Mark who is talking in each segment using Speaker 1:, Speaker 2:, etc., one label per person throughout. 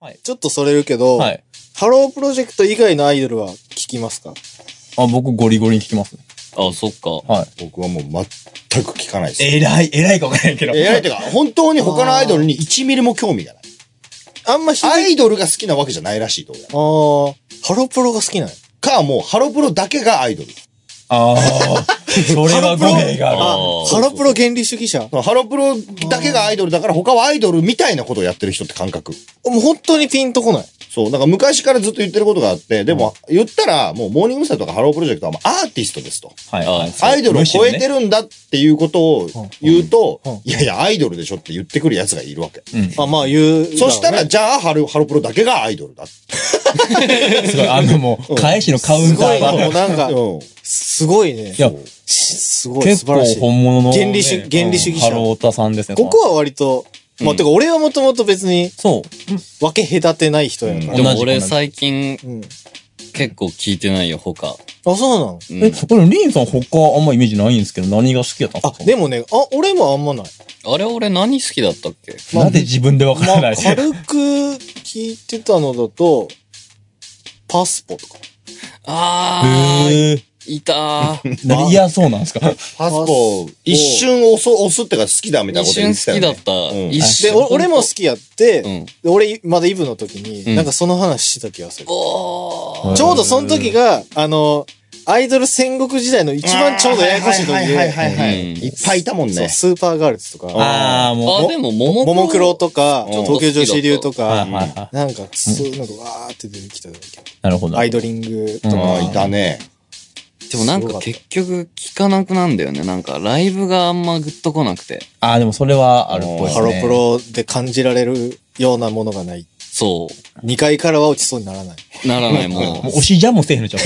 Speaker 1: はい
Speaker 2: ちょっとそれるけど、
Speaker 1: はい。
Speaker 2: ハロープロジェクト以外のアイドルは聞きますか
Speaker 1: あ、僕ゴリゴリに聞きますね。
Speaker 3: あ、そっか。
Speaker 1: はい。
Speaker 4: 僕はもう全く聞かないです。
Speaker 1: えらい、えらいかわからんけど。
Speaker 4: えらいというか、本当に他のアイドルに1ミリも興味がない。
Speaker 2: あんまひ
Speaker 4: ア
Speaker 2: い。
Speaker 4: イドルが好きなわけじゃないらしいと思う。
Speaker 2: あー、ハロプロが好きなんや
Speaker 4: か、もう、ハロプロだけがアイドル。
Speaker 1: ああ、それは語弊がある。
Speaker 3: あ
Speaker 1: あ
Speaker 3: ー
Speaker 2: ハロプロ原理主義者
Speaker 4: ハロプロだけがアイドルだから他はアイドルみたいなことをやってる人って感覚。
Speaker 2: もう本当にピンとこない。
Speaker 4: そう。だから昔からずっと言ってることがあって、でも言ったら、もうモーニング娘。とかハロープロジェクトはもうアーティストですと。
Speaker 1: はい。
Speaker 3: あ
Speaker 1: そう
Speaker 4: アイドルを超えてるんだっていうことを言うと
Speaker 2: うんうん、
Speaker 4: いやいや、アイドルでしょって言ってくる奴がいるわけ。
Speaker 1: むしろね
Speaker 2: あ、まあ言う、
Speaker 4: そしたら、
Speaker 2: ね
Speaker 4: じゃあ、ハロ、ハロプロだけがアイドル
Speaker 1: う
Speaker 4: だ。
Speaker 1: ん。すごい、あのもう、返しのカウ
Speaker 2: す
Speaker 1: ンタ
Speaker 2: ごい
Speaker 1: ー
Speaker 2: ね、も
Speaker 1: が。
Speaker 2: うなん か、
Speaker 4: うん。
Speaker 2: すごいね
Speaker 1: い。や、
Speaker 2: しすごい、
Speaker 1: 結
Speaker 2: 素晴
Speaker 1: 構
Speaker 2: らしい。
Speaker 1: 本物のね。
Speaker 2: 原理主原理主義者
Speaker 1: うんハロータさんですね。
Speaker 2: ここは割と、ま
Speaker 3: う
Speaker 2: あ、
Speaker 3: ん
Speaker 2: てか俺はもともと別に
Speaker 1: そう。うん
Speaker 2: 分け隔てない人やから。
Speaker 3: で
Speaker 1: 同
Speaker 3: も
Speaker 1: じ
Speaker 3: 俺最近
Speaker 2: うん。あ、
Speaker 3: 結構聞いてないよ、他。
Speaker 2: そうなの
Speaker 3: うん
Speaker 1: え、これ、リンさん他あんまイメージないんですけど、何が好きやったんです
Speaker 2: あ
Speaker 1: か、
Speaker 2: でもね、あ、俺もあんまない。
Speaker 3: あれ俺何好きだったっけ
Speaker 2: まあ
Speaker 1: なんで自分でわか
Speaker 2: まあ、
Speaker 1: らない
Speaker 2: 軽
Speaker 1: し。
Speaker 2: く聞いてたのだと、パスポとか。
Speaker 3: あー、
Speaker 1: へー
Speaker 3: いたー。
Speaker 1: 何嫌そうなんですか
Speaker 4: パス
Speaker 2: パス
Speaker 4: ポ
Speaker 2: ポ、
Speaker 4: 一瞬押す、押すってか好きだみたい
Speaker 3: 一
Speaker 4: なこと
Speaker 3: 瞬
Speaker 4: 言ってた
Speaker 3: 好きだっ
Speaker 4: よね。
Speaker 3: た
Speaker 4: うん。
Speaker 3: 一瞬。
Speaker 2: で、お俺も好きやって、
Speaker 3: うん。
Speaker 2: で俺、まだイブの時に、
Speaker 3: うん
Speaker 2: なんかその話してた気がする。
Speaker 1: う
Speaker 3: お
Speaker 1: ん
Speaker 3: ー。
Speaker 2: ちょうどその時が、あの、アイドル戦国時代の一番ちょうどややこしい時
Speaker 4: はいはいはいはいは
Speaker 2: で、
Speaker 4: い。
Speaker 3: うん
Speaker 4: いっぱいいたもん
Speaker 2: そう、
Speaker 4: ね。
Speaker 2: スーパーガールズとか、
Speaker 1: ああ、も
Speaker 3: あ、でも、もも
Speaker 2: ももクロとか、
Speaker 4: ちょっ
Speaker 3: と好
Speaker 2: 東
Speaker 3: きだ
Speaker 2: 京女
Speaker 3: った
Speaker 2: 子流と
Speaker 1: う。はい
Speaker 2: か、
Speaker 1: はいは
Speaker 2: なんか、そういうのがわーって出てきた時。
Speaker 1: い。なるほど。
Speaker 2: アイドリングと
Speaker 4: あ
Speaker 2: か。
Speaker 4: あ、いたね。
Speaker 3: でもなんか結局聞かなくなんだよね。なんかライブがあんまグッとこなくて。
Speaker 1: ああ、でもそれはあるっぽいです
Speaker 2: ハロ
Speaker 1: ね。
Speaker 2: プロで感じられるようなものがない。
Speaker 3: そ
Speaker 2: 2階からは落ちそうにならない。
Speaker 3: う。ならない、も
Speaker 1: もう推しジャンもせえへんのちゃ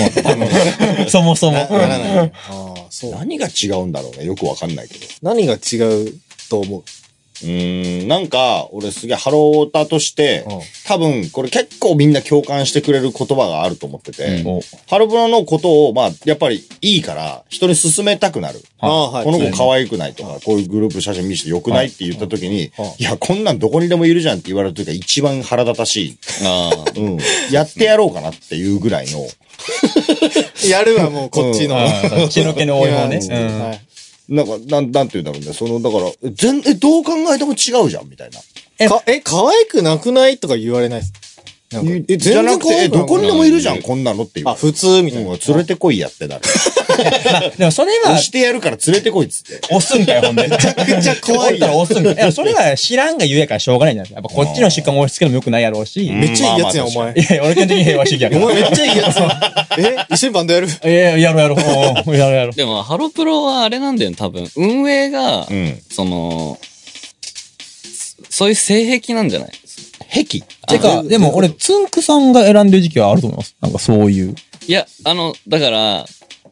Speaker 1: うそもそも
Speaker 2: な。ならない。ああ、そう。
Speaker 4: 何が違うんだろうね。よくわかんないけど。
Speaker 2: 何が違うと思う
Speaker 4: うーん、なんか、俺すげえハロータとして、多分、これ結構みんな共感してくれる言葉があると思ってて、
Speaker 1: お
Speaker 4: ハロプロのことを、まあ、やっぱりいいから、人に勧めたくなる。
Speaker 2: ああ、はい。
Speaker 4: この子
Speaker 2: わ
Speaker 4: 可愛くないとか、こういうグループ写真見せて良くないって言った時に
Speaker 2: はいはい、
Speaker 4: いや、こんなんどこにでもいるじゃんって言われる時が一番腹立たしい。
Speaker 3: う。ああ。
Speaker 4: うん。やってやろうかなっていうぐらいの。
Speaker 2: やるはもうこっ ちの。
Speaker 1: ああ血の気の多い方ね。
Speaker 2: いや
Speaker 1: うん
Speaker 2: はい
Speaker 4: なんか、なん、なんて言うんだろうね。その、だから、全、え、どう考えても違うじゃん、みたいな。
Speaker 1: え
Speaker 2: かえ、可愛くなくないとか言われないです。なんか
Speaker 4: え、じゃなくて、え、どこにでもいるじゃ、
Speaker 3: うんん
Speaker 4: こんなのっていう。
Speaker 2: あ、普通みたい
Speaker 4: も
Speaker 2: な
Speaker 4: う。連れてこいやってなる。
Speaker 1: でもそれは
Speaker 4: 押、してやるから連れてこいっつって。
Speaker 1: 押すんかよ、ほんで。めちゃ
Speaker 2: めっちゃ怖い
Speaker 1: った
Speaker 2: や
Speaker 1: ら
Speaker 2: ん。
Speaker 1: 押すんかい。や、それは知らんがゆえからしょうがないんじゃないやっぱこっちの主観を押し付けるのも良くないやろうし。
Speaker 2: めっちゃいいやつやん、お
Speaker 4: まあま
Speaker 2: 前。
Speaker 1: いや、俺基本的に平和主義やか
Speaker 2: お
Speaker 1: ら。
Speaker 2: 前めっちゃいいやつやん。 え一緒にバンドやる
Speaker 1: いや、やろうやろう。うんやろうやろう。
Speaker 3: でも、ハロプロはあれなんだよね、多分。運営が、
Speaker 4: うん。
Speaker 3: その、そそういう性癖なんじゃない
Speaker 4: 壁
Speaker 1: てか、でも 俺、つんくさんが選んでる時期はあると思います。なんかそういう。
Speaker 3: いや、あの、だから、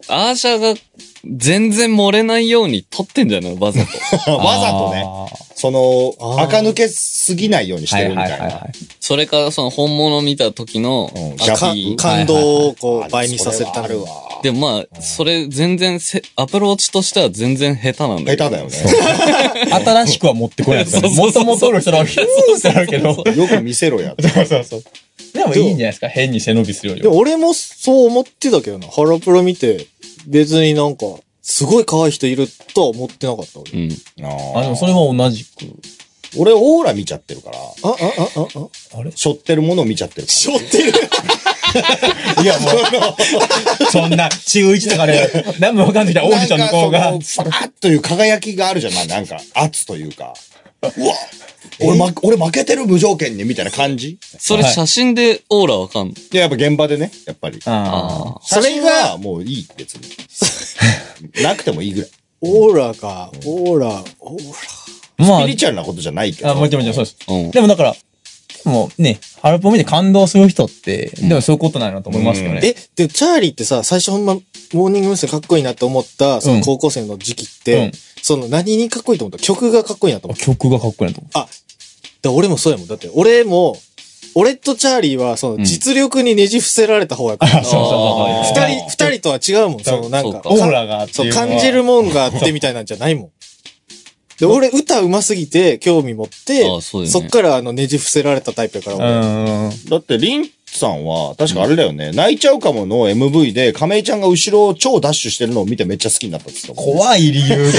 Speaker 3: アーシャが全然漏れないように撮ってんじゃないわざと。
Speaker 4: わざとね、
Speaker 1: あ
Speaker 4: その、
Speaker 2: あー
Speaker 4: 垢抜けすぎないように
Speaker 1: ー。
Speaker 4: してるみたい
Speaker 1: は
Speaker 4: な。
Speaker 1: は
Speaker 3: それから、その本物見た時の
Speaker 4: うん、
Speaker 3: あ
Speaker 4: ジャ
Speaker 2: か
Speaker 4: ピー
Speaker 2: 感動をこ
Speaker 4: あ
Speaker 2: う倍にさせるた
Speaker 4: そ
Speaker 2: め
Speaker 4: れ
Speaker 2: に
Speaker 4: は。あるわ。
Speaker 3: でもまあ、それ全然せ、アプローチとしては全然下手なんだけ
Speaker 4: 下手
Speaker 3: ど。
Speaker 4: だよね。
Speaker 1: はい新しくは持ってこないですからね。
Speaker 3: そ
Speaker 1: も
Speaker 3: う
Speaker 1: と
Speaker 3: そうそう
Speaker 1: もとの人のヒューってなるけど。そ
Speaker 4: よく見せろやって。
Speaker 1: うそうそう。でもいいんじゃないですか。変に背伸びするより
Speaker 2: で
Speaker 1: は。
Speaker 2: も俺もそう思ってたけどな。ハロプロ見て、別になんか、すごい可愛い人いるとは思ってなかった俺。
Speaker 3: うん。
Speaker 1: あ、でもそれ
Speaker 4: は。
Speaker 1: は同じく。
Speaker 4: 俺、オーラ見ちゃってるから、
Speaker 2: あ、あ、あ、あ、
Speaker 1: あれ
Speaker 4: 背負ってるものを見ちゃってるか
Speaker 2: あ。しょって る
Speaker 1: いや、もう、そんな、中1とかで、何もわかんないから、
Speaker 4: ら。
Speaker 1: 王子ちゃんの子が
Speaker 4: なんか。そのファーッという輝きがあるじゃん。まあなんか、圧というか。うわ俺、ま、俺負けてる無条件にみたいな感じい
Speaker 3: それ
Speaker 1: はい
Speaker 3: 写真でオーラわかんの、
Speaker 4: や、やっぱ現場でね、やっぱり。
Speaker 1: あ
Speaker 3: あ
Speaker 4: そ
Speaker 2: そ
Speaker 4: れ
Speaker 2: れ
Speaker 4: が、
Speaker 2: が
Speaker 4: もういい、別に。 なくてもいいぐらい。
Speaker 2: オーラか、オーラ、オーラ。
Speaker 1: あ。ま
Speaker 4: ス
Speaker 1: あ
Speaker 4: ピリ、チュアルなことじゃないけど。
Speaker 1: あ、もちろん、もちろん、そうです。
Speaker 3: あ。うん。
Speaker 1: でもだから、もうね、ハルポ見て感動する人って、でもそういうことないなと思いますけどね。
Speaker 2: え、で、チャーリーってさ、最初ほんま、モーニング娘。かっこいいなって思った、そ
Speaker 1: うん
Speaker 2: の高校生の時期っ
Speaker 1: うん
Speaker 2: て、その何にかっこいいと思った曲がかっこいいなと思っ
Speaker 1: 曲がかっこいいなと思
Speaker 2: た。あ、だ俺もそうやもん。だって俺も、俺とチャーリーは、そ
Speaker 3: うん
Speaker 2: の実力にねじ伏せられた方やから。
Speaker 1: う。そう
Speaker 3: あ
Speaker 1: そうそう。
Speaker 2: 二人、二人とは違うもん。そのなん
Speaker 3: そう
Speaker 2: か
Speaker 3: か、
Speaker 1: オーラがって
Speaker 2: そ、
Speaker 1: いううのは。
Speaker 2: 感じるもんがあってみたいなんじゃないもん。で、俺歌うますぎて興味持って、
Speaker 3: ああそうだよ
Speaker 2: そ
Speaker 3: ね
Speaker 2: っからあのねじ伏せられたタイプやから、俺
Speaker 1: うん。
Speaker 4: だって、リンさんは、確かあれだよね、泣いちゃうかもの MV で、亀井ちゃんが後ろを超ダッシュしてるのを見てめっちゃ好きになったっつったもん。
Speaker 1: 怖い理由が。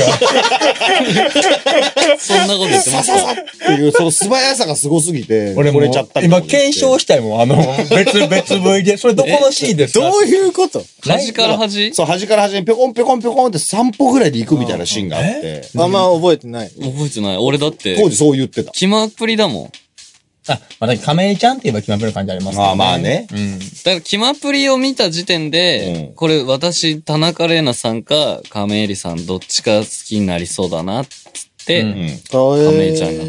Speaker 3: そんなこと言って ま
Speaker 4: さ
Speaker 3: すか
Speaker 4: ささっていう、その素早さがすごすぎて、
Speaker 1: 俺も
Speaker 4: 惚れちゃった
Speaker 1: 今検証
Speaker 4: し
Speaker 1: したいもん。あ の、別、別 V で。それどこのシーンですか
Speaker 2: どういうこと
Speaker 3: 端から端
Speaker 4: そう、端から端にぴょこんぴょこんぴょこんって散歩ぐらいで行くみたいなシーンがあって、
Speaker 2: あんま覚えてない。
Speaker 3: 覚えてない。俺だっ
Speaker 4: 当
Speaker 3: て、
Speaker 4: 時そう言ってた。
Speaker 3: 気まぷりだもん。
Speaker 1: あ、まあ、亀井ちゃんって言えば決まってる感じありますけど
Speaker 4: まあまあ。ね。
Speaker 1: うん。
Speaker 3: だから、気まぷりを見た時点で、
Speaker 4: うん
Speaker 3: これ私、田中玲奈さんか、亀井里さん、どっちか好きになりそうだな、っつって、
Speaker 1: うん
Speaker 4: うん。
Speaker 2: 亀
Speaker 3: 亀井ちゃんが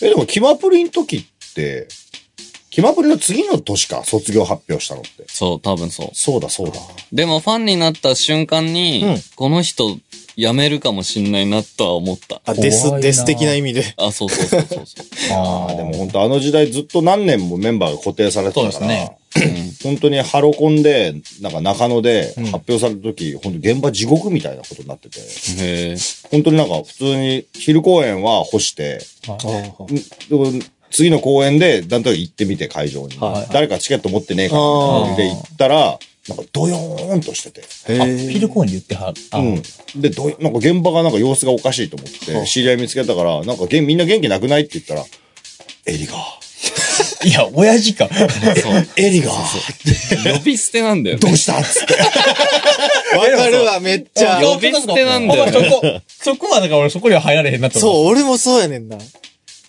Speaker 4: え、でも、キマプリの時って、キマプリの次の年か、卒業発表したのって。
Speaker 3: そう、多分そう。
Speaker 4: そうだ、そうだ。
Speaker 3: でも、ファンになった瞬間に、
Speaker 2: うん
Speaker 3: この人、辞めるかもしんないな、とは思った。
Speaker 2: あ、デス
Speaker 1: 怖い、な
Speaker 2: デス的な意味で。
Speaker 3: あ、そうそうそうそうそう。
Speaker 1: あ
Speaker 4: あでも本当あの時代ずっと何年もメンバーが固定されてたか
Speaker 1: そう
Speaker 4: ら、
Speaker 3: ですね
Speaker 4: 本当にハロコンで、なんか中野で発表された時、本当現場地獄みたいなことになってて、
Speaker 3: へえ。
Speaker 4: 本当になんか普通に昼公演は干して、
Speaker 2: あ
Speaker 4: んで次の公演で、なんとなく行ってみて会場に、
Speaker 2: はい
Speaker 4: 誰かチケット持ってねえかなで行ったら、なんかドヨーンとしてて。
Speaker 2: へ
Speaker 1: あ、フィル
Speaker 2: ー
Speaker 1: コーンで言ってはる。あ
Speaker 4: うん。で、どう、なんか現場がなんか様子がおかしいと思って、知り合い見つけたから、なんかげんみんな元気なくないって言ったら、エリが、
Speaker 1: いや、親父か。
Speaker 3: そう。
Speaker 4: エリが、
Speaker 3: 呼び捨てなんだよね。
Speaker 4: どうしたっつって。
Speaker 2: わかるわ、めっちゃ。
Speaker 3: 呼び捨てなんだよね
Speaker 1: お前そこ、そこはだから俺そこには入られへんなと思う。
Speaker 2: そう、俺もそうやねんな。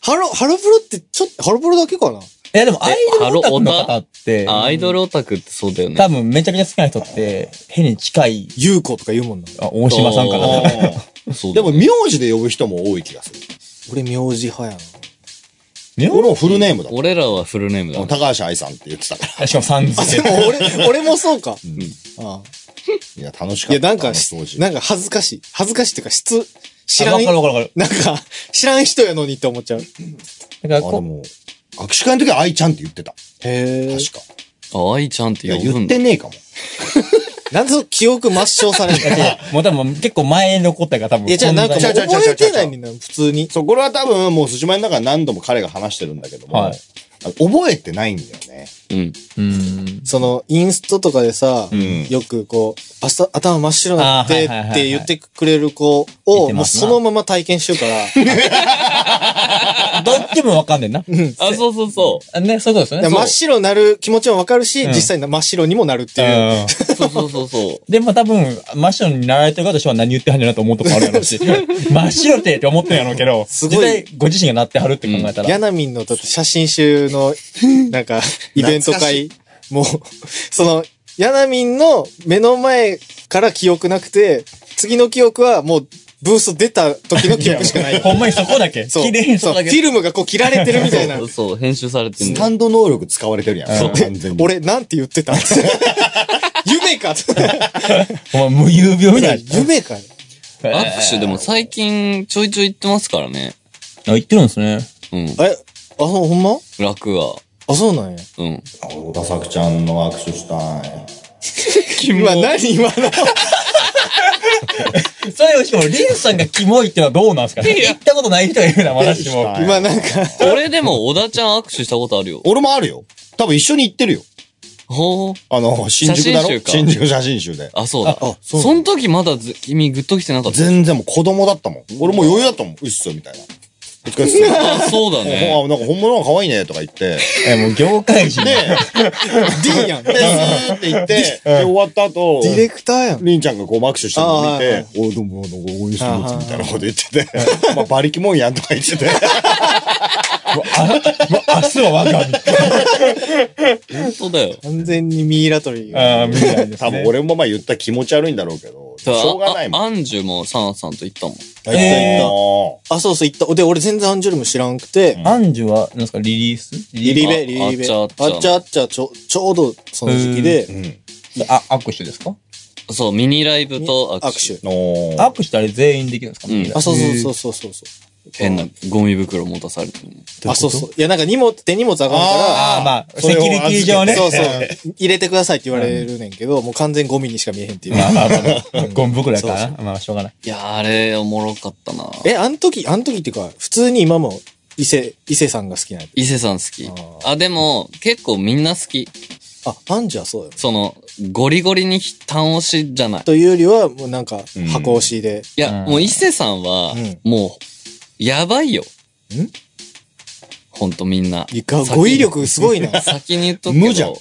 Speaker 2: ハロ、ハロプロってちょっと、ハロプロだけかない
Speaker 1: や、でもアイドルオタクの方って、
Speaker 3: あ、アイドルオタクってそうだよね。
Speaker 1: 多分めちゃめちゃ好きな人って、変に近い、
Speaker 2: ゆうことか言うもんな。
Speaker 1: あ大島さんかな。
Speaker 3: そう
Speaker 4: で
Speaker 3: だ
Speaker 4: も、名字で呼ぶ人も多い気がする。
Speaker 2: 俺、名字派や な。
Speaker 1: ね
Speaker 4: 俺もフルネームだもん。
Speaker 3: 俺らはフルネームだ。
Speaker 4: 高橋愛さんって言ってたから。
Speaker 1: しかもさん付
Speaker 2: で
Speaker 1: け。
Speaker 2: も俺、俺もそうか。ああ
Speaker 4: いや、楽しかっ
Speaker 2: い
Speaker 4: た。
Speaker 2: や、なん
Speaker 4: あ
Speaker 2: か
Speaker 4: の当時、
Speaker 2: なんか恥ずかしい。恥ずかしいっていうか、質、知らん
Speaker 1: あわか、るわかるわか
Speaker 2: なんか、知らん人やのにって思っちゃう。
Speaker 1: る。だから
Speaker 4: あ、で
Speaker 1: こ、
Speaker 4: も、握手会の時は愛ちゃんって言ってた。
Speaker 2: へえ。
Speaker 4: 確か。
Speaker 3: あ、愛ちゃんっ
Speaker 4: い
Speaker 3: て
Speaker 4: や、
Speaker 3: 呼ぶ
Speaker 4: 言っ
Speaker 3: んだ
Speaker 4: て。ねえかも。
Speaker 2: なんでその記憶抹消されんのいう
Speaker 1: もう多分結構前の答えが多分。
Speaker 2: や、じゃあなんかもう
Speaker 4: ちゃうちゃうちゃう
Speaker 2: 覚えてないねんな、普通に。
Speaker 4: そう、これは多分、もう、すじまの中で何度も彼が話してるんだけども、
Speaker 1: はい
Speaker 4: あの覚えてないんだよね。
Speaker 3: うん。
Speaker 1: うん。
Speaker 2: その、インストとかでさ、
Speaker 4: ん
Speaker 2: よくこう、明日、頭真っ白になっ
Speaker 1: あーは
Speaker 2: て
Speaker 1: い
Speaker 2: っ
Speaker 1: はいはいはい
Speaker 2: て言ってくれる子
Speaker 1: 言っ
Speaker 2: を、
Speaker 1: て
Speaker 2: もう
Speaker 1: ます
Speaker 2: そ
Speaker 1: な
Speaker 2: のまま体験してる から、
Speaker 1: どっちもわかんねんな。
Speaker 3: あ、そうそうそ
Speaker 1: ね、そういうことですよね。
Speaker 2: で真っ
Speaker 1: そ
Speaker 2: 白になる気持ちもわかるし、
Speaker 1: うん
Speaker 2: 実際に真っ白にもなるって
Speaker 1: う
Speaker 2: いう。
Speaker 1: うん
Speaker 3: う。そうそうそうそう。
Speaker 1: で、まあ多分、真っ白になられてる方としては何言ってはんじゃなと思うとこあるやろうし、真っ白ってって思ってんやろうけど、
Speaker 2: すごい
Speaker 1: 実際ご自身がなってはるって考えたら、
Speaker 2: ヤナミンのだって写真集 の、なんか、イベント会、も う、その、ヤナミンの目の前から記憶なくて、次の記憶はもう、ブース出た時の記憶しか ない。
Speaker 1: ほんまにそこだけ、
Speaker 2: そう。
Speaker 1: 綺麗に
Speaker 2: そう
Speaker 1: そこ
Speaker 2: フ
Speaker 1: だけ。
Speaker 2: ィルムがこう切られてるみたいな
Speaker 3: そ。うそう、編集されてん
Speaker 4: ス
Speaker 3: だ
Speaker 4: タ
Speaker 3: よ。
Speaker 4: ンド能力使われてるやん。
Speaker 1: うん
Speaker 4: 完全に。
Speaker 2: 俺、なんて言ってた 夢か
Speaker 1: ほんま無遊病みたいな。
Speaker 2: 夢か
Speaker 3: 握手でも最近ちょいちょい行ってますからね。
Speaker 1: あ、言ってるんですね。
Speaker 3: うん。
Speaker 2: え、あ、ほんま
Speaker 3: 楽は。
Speaker 2: あ、そうなんや。
Speaker 3: うん。
Speaker 4: 小田作ちゃんの握手したい。
Speaker 2: 今何今の。
Speaker 1: それをしかも、リンさんがキモいってのはどうなんですかね行ったことない人がいるな、私も。
Speaker 2: 今なんか、
Speaker 3: 俺でも小田ちゃん握手したことあるよ。
Speaker 4: 俺もあるよ。多分一緒に行ってるよ。
Speaker 3: ほう。
Speaker 4: あの、新宿だろ
Speaker 3: 写真集か
Speaker 4: 新宿写真集で。
Speaker 3: あ、そうだ。
Speaker 2: あそう
Speaker 3: そ
Speaker 2: なんだ
Speaker 3: ん時まだず君グッときてなかった。
Speaker 4: 全然もう子供だったもん。俺もう余裕だったもん。うっすよ、みたいな。お疲れっすよ。
Speaker 3: あ、そうだね。
Speaker 4: もうあなんか本物の方が可愛いね、とか言って。
Speaker 1: え、もう業界人。
Speaker 4: で、
Speaker 2: D やん。
Speaker 4: で、
Speaker 2: デ
Speaker 4: スーって言って、で、終わった後、
Speaker 2: ィレクターやん。
Speaker 4: りんちゃんがこう握手してるのを見
Speaker 2: あーはいは
Speaker 4: て
Speaker 2: い、
Speaker 4: おい、どうも、なんか応援してます、みたいなこと言ってて、まあ、馬力もんやんとか言ってて、
Speaker 1: うわあうわ明日は我が身。
Speaker 3: そうだよ。
Speaker 2: 完全にミイラ取り。
Speaker 1: あーみたいです
Speaker 4: 多分
Speaker 1: ね。
Speaker 4: 俺もまあ言ったら気持ち悪いんだろうけど、し
Speaker 3: だから
Speaker 4: ょうがないもん。
Speaker 3: あアンジュもサナさんと行ったもん。
Speaker 1: あえー
Speaker 4: も
Speaker 2: あ、そうそう、行った。で、俺全然アンジュルム知らんくて、
Speaker 1: アンジュは、なんですか、リリース
Speaker 2: リリ
Speaker 1: ー
Speaker 2: ベ、リリベ。
Speaker 3: あ
Speaker 2: あ
Speaker 3: っ
Speaker 2: っ
Speaker 3: ちゃあっちゃ
Speaker 2: ちゃあっちゃ、ちょ、ちょうどその時期
Speaker 4: う
Speaker 2: で、
Speaker 4: うん。
Speaker 1: スあ、握手ですか
Speaker 3: そう、ミニライブと握手。
Speaker 2: 握手。
Speaker 4: の
Speaker 1: 握手ってあれ全員できるんですか
Speaker 3: うん
Speaker 1: みんな
Speaker 2: あ、そうそうそうそうそうそう。
Speaker 3: 変なゴミ袋持たされてね。
Speaker 2: あ、そうそう。いや、なんか荷物、手荷物あかんか
Speaker 1: ああ、まあ、
Speaker 4: そ
Speaker 1: セ
Speaker 4: れ
Speaker 1: キ
Speaker 4: を
Speaker 1: ュリティ上ね。
Speaker 2: ら、そうそう。入れてくださいって言われるねんけど、もう完全ゴミにしか見えへんっていう。
Speaker 1: まあまあまあまあ、ゴミ袋やからな。まあ、しょうがない。
Speaker 3: いやー、あれ、おもろかったな。
Speaker 2: え、あの時、あの時っていうか、普通に今も伊勢、伊勢さんが好きなんや
Speaker 3: 伊勢さん好き。
Speaker 2: あ
Speaker 3: あでも、結構みんな好き。
Speaker 2: あ、アンジャそうよ。
Speaker 3: その、ゴリゴリに単押しじゃない。
Speaker 2: というよりは、もうなんか
Speaker 4: うん、
Speaker 2: 箱押しで。
Speaker 3: いや、
Speaker 1: うん
Speaker 3: もう伊勢さんは
Speaker 2: うん、
Speaker 3: もう、やばいよ。
Speaker 2: ん
Speaker 3: ほんとみんな。
Speaker 2: いや語彙力すごいな。
Speaker 3: 先に言っとくけど。
Speaker 4: 無じゃん。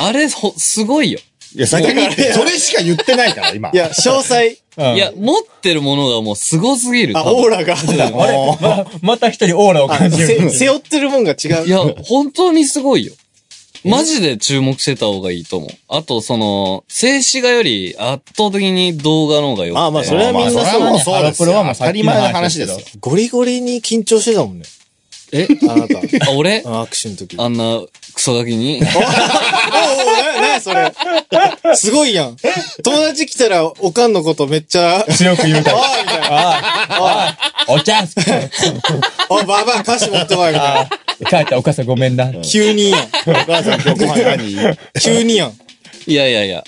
Speaker 3: あれ、ほ、すごいよ。
Speaker 4: いや、先に、それしか言ってないから、今。
Speaker 2: いや、詳細。
Speaker 1: うん
Speaker 3: いや、、持ってるものがもうすごすぎる。
Speaker 2: あ、
Speaker 3: 多分
Speaker 2: オーラが。
Speaker 4: あれ
Speaker 1: ままた一人オーラを
Speaker 2: あ
Speaker 1: 感じ
Speaker 2: せ
Speaker 1: る。
Speaker 2: 背負ってるもんが違う。
Speaker 3: いや、本当にすごいよ。マジで注目してた方がいいと思う。あと、その、静止画より圧倒的に動画の方がよくて。
Speaker 2: あまあそれはみんなそう
Speaker 4: まあそれはもうそうですよ
Speaker 1: ハロプロはもう
Speaker 4: 当たり前の話ですよ。
Speaker 2: ゴリゴリに緊張してたもんね。
Speaker 3: え
Speaker 2: あなた。
Speaker 3: あ俺
Speaker 2: あ握手の時。お
Speaker 3: あんな、クソガキに。
Speaker 2: おな、な、それ。すごいやん。友達来たら、おかんのことめっちゃ、あ
Speaker 1: 強く言うから。
Speaker 2: あみたいな。
Speaker 1: ああ、お茶好き。
Speaker 2: あ、ばばあ、歌詞持ってまいみたいな。
Speaker 1: 帰ったらお母さんごめんな。
Speaker 2: 急にやん。
Speaker 4: お母さん今日ご飯何
Speaker 2: 急にやん。
Speaker 3: いやいやいや。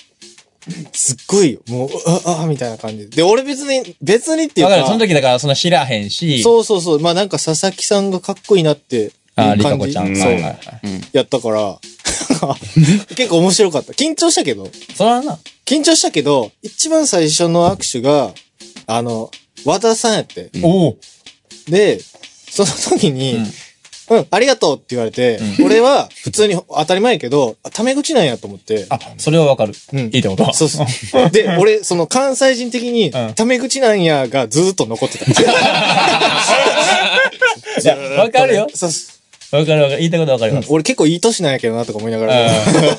Speaker 2: すっごいよ。もう、あ、あ、みたいな感じで。で、俺別に、別にっていうか、
Speaker 1: だから、その時だから、その知らへんし、
Speaker 2: そうそうそう。まあなんか佐々木さんがかっこいいなっていう
Speaker 1: あ
Speaker 2: 感
Speaker 1: あ、
Speaker 2: じ。
Speaker 1: りかこちゃん。
Speaker 2: そう
Speaker 1: はいはいはい
Speaker 2: やったから、 結構面白かった。緊張したけど、
Speaker 1: そらな。
Speaker 2: 緊張したけど、一番最初の握手が、あの、和田さんやって。
Speaker 1: おお。
Speaker 2: で、その時に、うん、ありがとうって言われて、俺は普通に当たり前やけど、あタメ口なんやと思って、
Speaker 1: あ、それはわかる。
Speaker 2: うん
Speaker 1: いいってこと
Speaker 2: そうそう。で、俺、その関西人的に
Speaker 1: うん、
Speaker 2: タメ口なんやがずーっと残ってた。
Speaker 1: いやわかるよ。
Speaker 2: そうそう
Speaker 1: わかるわかる。言いたいことわかります。
Speaker 2: 俺結構いい年なんやけどなとか思いながら、い
Speaker 1: うん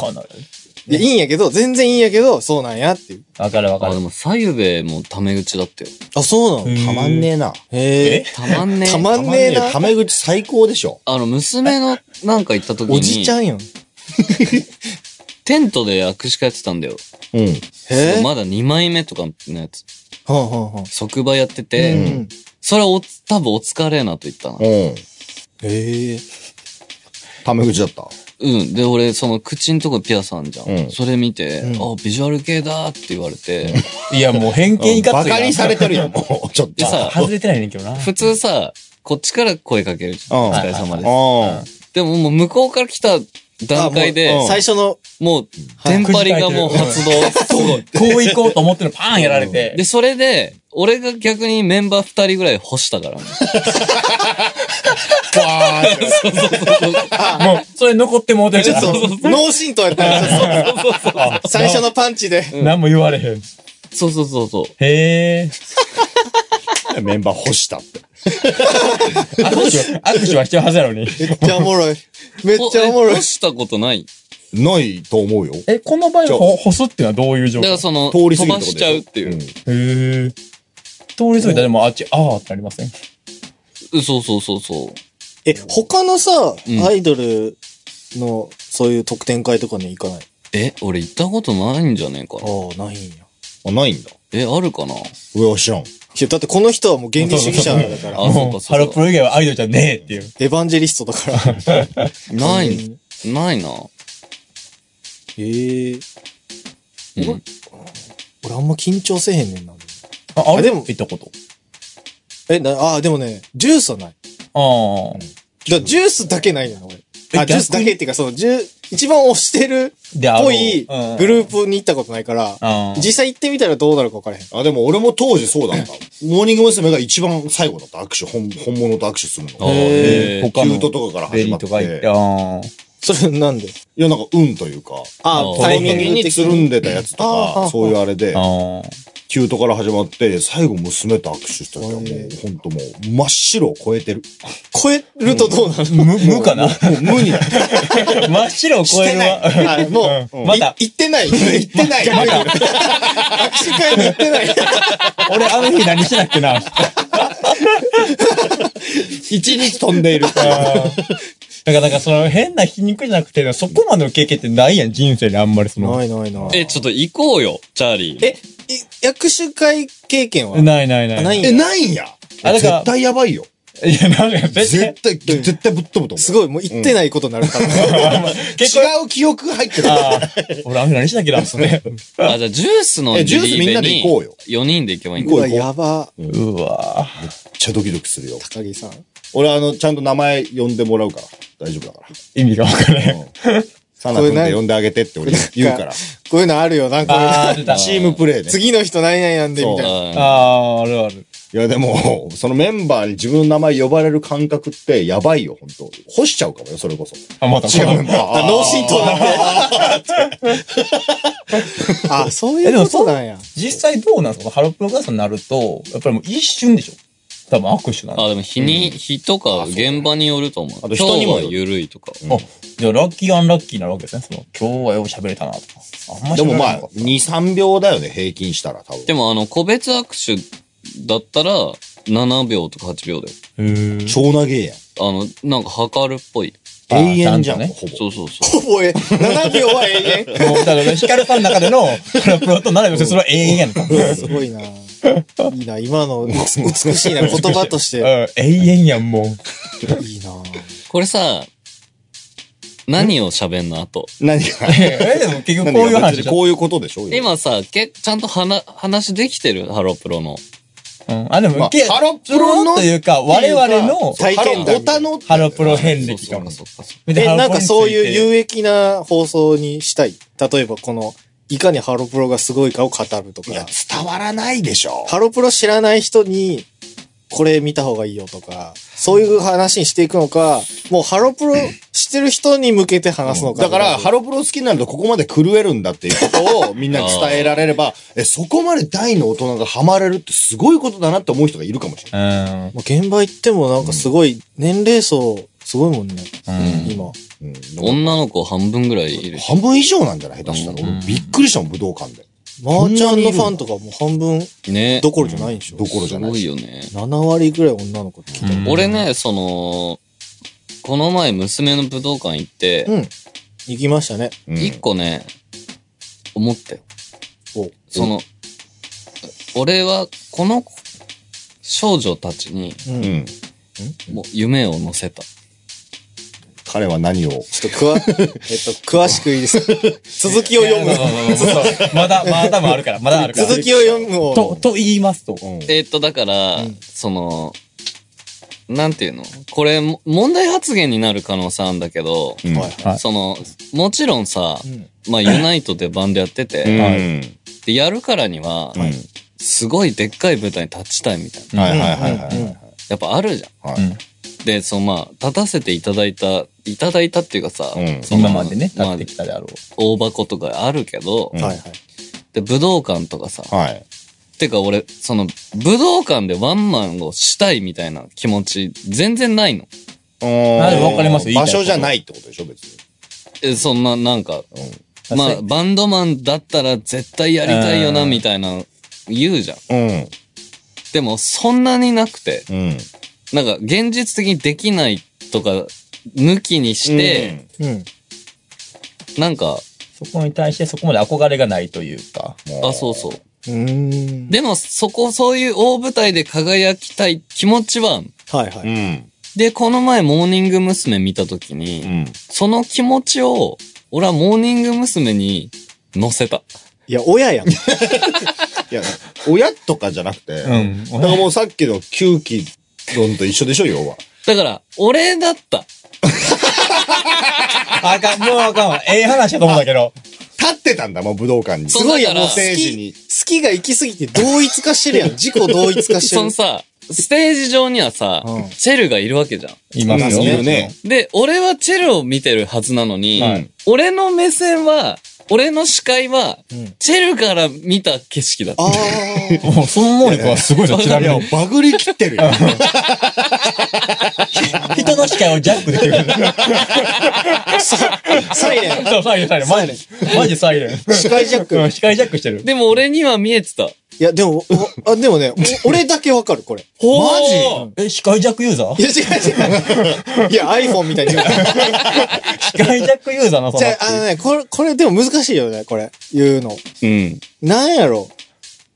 Speaker 1: この、
Speaker 2: やいいんやけど、全然いいんやけど、そうなんやっていう。
Speaker 1: わかるわか
Speaker 3: あ、
Speaker 1: る
Speaker 3: で。も、左右べもタメ口だったよ。
Speaker 2: あ、そうなの
Speaker 4: たまんねえな。
Speaker 2: へえ。
Speaker 3: たまんねえ。
Speaker 2: たま
Speaker 4: た
Speaker 2: ん
Speaker 4: まん
Speaker 2: ねえ
Speaker 4: ねえ
Speaker 2: な。
Speaker 4: タメ口最高でしょ。
Speaker 3: あの、娘のなんか行った時に、
Speaker 2: おじちゃんやん。へ
Speaker 3: テントで握手会やってたんだよ。
Speaker 4: うん。
Speaker 2: え。
Speaker 3: まだ2枚目とかのやつ。
Speaker 2: はんはんはん。
Speaker 3: 即売やって
Speaker 2: う
Speaker 3: て、
Speaker 2: ん。
Speaker 3: それお、多分お疲れなと言ったな。
Speaker 4: うん。
Speaker 2: へえ。
Speaker 4: タメ口だった。
Speaker 3: うん。で、俺、その口んとこピアスあんじゃん。
Speaker 4: うん
Speaker 3: それ見て、
Speaker 2: うん
Speaker 3: あ、ビジュアル系だって言われて、
Speaker 1: いや、もう偏見いか
Speaker 4: バ
Speaker 1: ついな。
Speaker 4: カにされてるよ、もう。 ちょっ
Speaker 3: で
Speaker 4: と。
Speaker 3: さ
Speaker 1: 外れてないねんけどな。
Speaker 3: 普通さ、こっちから声かけるじゃん。
Speaker 4: うん
Speaker 3: お疲れ様
Speaker 4: う
Speaker 3: です。
Speaker 4: ん。
Speaker 3: でももう向こうから来た段階で
Speaker 2: あ、もう最初の、
Speaker 3: もう、テンパリがもう発動。そう
Speaker 1: こう行こうと思ってるのパーンやられて。
Speaker 3: で、それで、俺が逆にメンバー二人ぐらい干した からね。
Speaker 4: わーって
Speaker 1: もう、それ残ってもうてる
Speaker 2: ち
Speaker 1: か
Speaker 2: ょっ
Speaker 1: ら。
Speaker 2: と、脳震盪やったら、最初のパンチで。
Speaker 1: 何も言われへん。
Speaker 3: そうそうそうそう。
Speaker 1: へえ。
Speaker 4: メンバー干したって。
Speaker 1: 握手は、握手はしてるはずやのに。
Speaker 2: めっちゃおもろい。めっちゃおもろ
Speaker 3: ほ
Speaker 2: い
Speaker 3: 干。したことない。
Speaker 4: ないと思うよ。
Speaker 1: え、この場
Speaker 4: ち
Speaker 1: 合
Speaker 4: ょ
Speaker 1: ほ、干すっていうのはどういう状
Speaker 3: だから
Speaker 1: 況
Speaker 3: その、
Speaker 4: 通り過
Speaker 3: 飛
Speaker 4: ぎる
Speaker 3: ば
Speaker 4: とこ
Speaker 3: し
Speaker 4: で
Speaker 3: ちゃうっていう。
Speaker 1: へえ。通り過ぎたらでもあっち、ああってなりません
Speaker 3: うんそうそうそうそう。
Speaker 2: え、他のさ
Speaker 3: うん、
Speaker 2: アイドルの、そういう特典会とかに行かない
Speaker 3: え、俺行ったことないんじゃねえかな。
Speaker 2: ああ、ないんや。
Speaker 4: あ、ないんだ。
Speaker 3: え、あるかな
Speaker 4: 上は知らん。
Speaker 2: いや、だってこの人はもう原理主義者だから。
Speaker 3: あ、そう
Speaker 1: も
Speaker 3: か
Speaker 1: う、
Speaker 3: そ
Speaker 1: ハ
Speaker 3: う
Speaker 1: ロ
Speaker 3: か
Speaker 1: プ。ロ以外はアイドルじゃねえっていう。
Speaker 2: エヴァンジェリストだから。
Speaker 3: ない、ないな。
Speaker 2: へえ。
Speaker 3: うん
Speaker 2: 俺あんま緊張せえへんねんな。
Speaker 1: あ、
Speaker 2: あ
Speaker 1: あ
Speaker 2: で
Speaker 1: で
Speaker 2: も
Speaker 1: も行ったこと。
Speaker 2: え、な、ああ、でもね、ジュースはない。
Speaker 1: あ
Speaker 2: だからジュースだけないのよ、俺。
Speaker 1: え
Speaker 2: あ、ジュースだけっていうか、その、ジュ一番推してる
Speaker 1: あ。で、あ
Speaker 2: っ
Speaker 1: の
Speaker 2: ぽいグルー。プに行ったことないから、
Speaker 1: あ
Speaker 2: 実際行ってみたらどうなるか分からへん。
Speaker 4: あ、でも俺も当時そうだった。モーニング娘。が一番最後だった。握手、本本物と握手する
Speaker 3: あー
Speaker 4: の。
Speaker 1: へ
Speaker 3: へ
Speaker 1: え。
Speaker 3: ー
Speaker 1: 他
Speaker 4: キュ
Speaker 1: の
Speaker 4: ートとかから
Speaker 1: ベ
Speaker 4: 始
Speaker 1: リ
Speaker 4: ま
Speaker 1: ー
Speaker 4: って。
Speaker 1: とか行って。
Speaker 4: い
Speaker 1: ああ。
Speaker 2: それなんで
Speaker 4: や、なんか運というか。
Speaker 2: あ
Speaker 3: あー
Speaker 2: タ
Speaker 4: タ
Speaker 2: イ
Speaker 4: イ
Speaker 2: ミン
Speaker 4: ミン
Speaker 2: グ
Speaker 4: グ
Speaker 2: 的
Speaker 4: につる
Speaker 2: に。
Speaker 4: んでたやつと
Speaker 2: あー
Speaker 4: か、そういうあれで、
Speaker 1: ああ。
Speaker 4: キュートから始まって、最後娘と握手した時はもう、ほんともう、真っ白を超えてる。
Speaker 2: 超えるとどうなる
Speaker 1: 無、無かな
Speaker 4: もう無になる。
Speaker 1: 真っ白を超えるわ。
Speaker 2: あもう、
Speaker 1: うんまだ
Speaker 2: い行ってない。行ってない。まだ。握手会に行ってない。
Speaker 1: 俺、あの日何してたっけな。
Speaker 4: 一日飛んでいる。
Speaker 1: だから、なんかその変な皮肉じゃなくて、そこまでの経験ってないやん、人生であんまりその。
Speaker 2: ないないない。
Speaker 3: え、ちょっと行こうよ、チャーリー。
Speaker 2: え、い握手会経験は
Speaker 1: ないないない。
Speaker 2: ないん
Speaker 4: え、
Speaker 2: や
Speaker 4: ないんや。
Speaker 1: あ、だ
Speaker 4: 絶
Speaker 1: か
Speaker 4: 対やばいよ。
Speaker 1: ら、いや、なんか別に
Speaker 4: 絶、対、絶対ぶっ飛ぶと
Speaker 2: す
Speaker 4: 思
Speaker 2: ごい、もう行ってないことになるから。
Speaker 1: 結構、
Speaker 4: う。違う記憶が入ってる。
Speaker 1: あー俺、雨何しなきゃなんですね。
Speaker 3: あ、じゃあジュースの
Speaker 4: え
Speaker 3: リ
Speaker 4: ジュースみん
Speaker 3: リ
Speaker 4: な
Speaker 3: ーベ
Speaker 4: で
Speaker 3: に
Speaker 4: 行こうよ
Speaker 3: 4人で行けばいいんだ
Speaker 2: うわ、やば。
Speaker 1: うわ
Speaker 4: めっちゃドキドキするよ。
Speaker 2: 高木さん。こ
Speaker 4: 俺、あの、ちゃんと名前呼んでもらうから。大丈夫だから。
Speaker 1: 意味がわからない。
Speaker 4: サナ君で呼んであげてって俺言うから。
Speaker 2: ういうのあるよ、なん
Speaker 1: あ
Speaker 2: か
Speaker 1: ー、。出た。
Speaker 4: チームプレーね。
Speaker 2: 次の人何々なんで、みたいな。
Speaker 3: あ
Speaker 1: あー、あるある。
Speaker 4: いや、でも、そのメンバーに自分の名前呼ばれる感覚ってやばいよ、本当干しちゃうかもよ、それこそ。
Speaker 1: あ、また。
Speaker 4: 違うんだ。
Speaker 2: 脳震盪なんて。あ、そういうことなんや。
Speaker 1: 実際どうなんですかハロプロクラスになると、やっぱりもう一瞬でしょ多分握手なんで。
Speaker 3: あ、でも日に、日とか現場によると思う。
Speaker 4: あと人にも
Speaker 3: 今日
Speaker 4: よる
Speaker 3: は緩いとか。
Speaker 1: あ、じゃあラッキーアンラッキーになるわけですね。その、今日はよく喋れたなとか。あんまり
Speaker 4: でもまあ、2、3秒だよね、平均したら、多分。
Speaker 3: でもあの、個別握手だったら7秒とか8秒だ
Speaker 1: へ
Speaker 3: よ。
Speaker 1: ー
Speaker 4: 超長えやん。
Speaker 3: あの、なんか測るっぽい。
Speaker 1: あー
Speaker 4: 永遠じゃん、
Speaker 1: ちゃんとね
Speaker 4: ほぼ。
Speaker 3: そうそうそう。
Speaker 2: ほぼえ、7秒は永遠。
Speaker 1: もうだから、ヒカルさんの中での、 ハロプロと並べて、それは永遠やんか。うん、
Speaker 2: すごいな。いいな、今の美しいな、言葉として。
Speaker 1: 永遠やん、もう。
Speaker 2: いいな。
Speaker 3: これさ、何を喋んの後。
Speaker 4: 何が
Speaker 1: え、でも結局こういう話でしょ。
Speaker 4: こういうことでしょ
Speaker 3: 今さ、け、ちゃんと話、話できてるハロプロの。
Speaker 1: うん。あ、でも、
Speaker 4: まあ
Speaker 1: け
Speaker 4: ハロプロの
Speaker 1: というか、我々の
Speaker 2: 体験
Speaker 4: ハロ
Speaker 2: 談
Speaker 4: オ。タの、
Speaker 1: ハロプロ遍歴が
Speaker 3: そう。そうそうそう
Speaker 2: え、なんかそういう
Speaker 1: う。
Speaker 2: 有益な放送にしたい。例えばこの、いかにハロプロがすごいかを語ると
Speaker 4: い
Speaker 2: か
Speaker 4: や、。伝わらないでしょ。
Speaker 2: ハロプロ知らない人に、これ見た方がいいよとか、そういう話にしていくのか、もうハロプロ知ってる人に向けて話すのか。
Speaker 4: だから、ハロプロ好きになるとここまで狂えるんだっていうことをみんなに伝えられれば、え、そこまで大の大人がハマれるってすごいことだなって思う人がいるかもしれない。
Speaker 1: うん。
Speaker 2: もう現場行ってもなんかすごい、年齢層、すごいもんね。
Speaker 1: うん
Speaker 2: 今。
Speaker 4: うん
Speaker 3: 女の子半分ぐらいいる。
Speaker 4: 半分以上なんじゃない下手したら。
Speaker 1: うん
Speaker 4: 俺びっくりしたもん、武道館で。
Speaker 2: まーちゃんのファンとかもう半分
Speaker 3: ね。
Speaker 2: どころじゃないんでしょ
Speaker 4: ど。ころじ
Speaker 3: す
Speaker 4: ゃない
Speaker 3: ごい
Speaker 4: し。
Speaker 3: よね。
Speaker 2: 7割ぐらい女の子って聞いた
Speaker 1: うん
Speaker 3: 俺ね、その、この前娘の武道館行って、
Speaker 2: うん。行きましたね。
Speaker 4: うん
Speaker 3: 一個ね、思ったよ。
Speaker 2: お
Speaker 3: その、俺はこの少女たちに
Speaker 2: う。
Speaker 4: うん
Speaker 2: ちょ
Speaker 4: ん。
Speaker 3: もう夢を乗せた。
Speaker 4: 彼は何を。
Speaker 2: っと詳、えっと、詳しくいいですか続きを読む
Speaker 1: まあ。まあまあそうそうまだ、まだもあるから、まだあるから。
Speaker 2: 続きを読むを。
Speaker 1: と、と言いますと。
Speaker 4: うん
Speaker 3: えーっと、だから、
Speaker 2: うん
Speaker 3: その、なんていうのこれ、も問題発言になる可能性あるんだけど、
Speaker 4: うん
Speaker 2: はい
Speaker 1: はい
Speaker 3: その、もちろんさ、
Speaker 2: うん
Speaker 3: まあ、ユナイトでバンドやって
Speaker 4: う
Speaker 3: て、
Speaker 4: ん
Speaker 1: はい
Speaker 3: で、やるからには、
Speaker 4: うん
Speaker 3: すごいでっかい舞台に立ちたいみたいな。
Speaker 4: はいはいはいは
Speaker 2: うん
Speaker 4: い。
Speaker 3: やっぱあるじゃん。
Speaker 4: はい
Speaker 1: うん
Speaker 3: で、そのまあ、立たせていただいた、いただいたっていうかさ、
Speaker 4: うん
Speaker 3: その
Speaker 1: 今までね、立
Speaker 3: まあ
Speaker 1: ってきたであろう。
Speaker 3: 大箱とかあるけど、
Speaker 4: うん
Speaker 2: はいはい。
Speaker 3: で、武道館とかさ、
Speaker 4: はい。
Speaker 3: てか俺、その、武道館でワンマンをしたいみたいな気持ち、全然ないの。
Speaker 1: あでもわかりますよ
Speaker 4: 場所じゃないってことでしょ、別に。
Speaker 3: え、そんな、なんか、ま
Speaker 1: ま
Speaker 3: あ、バンドマンだったら絶対やりたいよな、
Speaker 1: うん
Speaker 3: みたいな、言うじゃん。
Speaker 4: うん。
Speaker 3: でも、そんなになくて、
Speaker 4: うん。
Speaker 3: なんか、現実的にできないとか、抜きにして、
Speaker 2: うん。
Speaker 3: なんか、
Speaker 1: そこに対してそこまで憧れがないというか。
Speaker 4: うん、
Speaker 3: あ、そうそう。
Speaker 2: うーん。
Speaker 3: でも、そこ、そういう大舞台で輝きたい気持ちはあんの、
Speaker 2: はいは
Speaker 4: う
Speaker 2: い。
Speaker 4: ん。
Speaker 3: で、この前、モーニング娘。見たときに、
Speaker 4: うん。
Speaker 3: その気持ちを、俺はモーニング娘。に乗せた。
Speaker 2: いや、親やん。
Speaker 4: いや、親とかじゃなくて、
Speaker 1: ん。
Speaker 4: だからもうさっきのキューキ論と一緒でしょ、要は。
Speaker 3: だから、俺だった。
Speaker 1: あかん、もうあかんわ。ええ話だと思うんだけど。
Speaker 4: 立ってたんだもん、武道館に。
Speaker 3: そ
Speaker 2: すごい
Speaker 3: だ
Speaker 2: や
Speaker 3: から
Speaker 2: もう好
Speaker 4: ステージ
Speaker 2: き
Speaker 4: に
Speaker 2: 好きが行き過ぎて同一化してるやん。自己同一化して
Speaker 3: そ
Speaker 2: る
Speaker 3: の。さ、ステージ上にはさ、
Speaker 2: うん
Speaker 3: チェルがいるわけじゃん。
Speaker 1: いますよ
Speaker 4: うんいる
Speaker 1: ね。
Speaker 4: ね。
Speaker 3: で、俺はチェルを見てるはずなのに、
Speaker 4: はい
Speaker 3: 俺の目線は、俺の視界は、
Speaker 2: うん
Speaker 3: チェルから見た景色だった。
Speaker 2: あ
Speaker 1: もう、その能力はすごいぞ、ちなみに。
Speaker 4: バグりきってるよ。
Speaker 1: 人の視界をジャックできる。
Speaker 2: あ、サイレン。
Speaker 1: そう、サイレン、サイレン。マジ、マジサイレン。
Speaker 2: 視界ジ ャッ
Speaker 1: う
Speaker 2: ク。
Speaker 1: ん、視界ジャックしてる。
Speaker 3: でも俺には見えてた。
Speaker 2: いや、でも、おあ、でもね、お俺だけわかる、これ。
Speaker 1: ほマジえ、視界ジャックユーザー
Speaker 2: いや、違う違う。いや、iPhone みたいに言うな
Speaker 1: 視界ジャックユーザーな、そ
Speaker 2: じゃ
Speaker 1: の
Speaker 2: あ、あのね、これ、これでも難しいよね、これ。言うの。
Speaker 3: うん。
Speaker 2: なんやろ。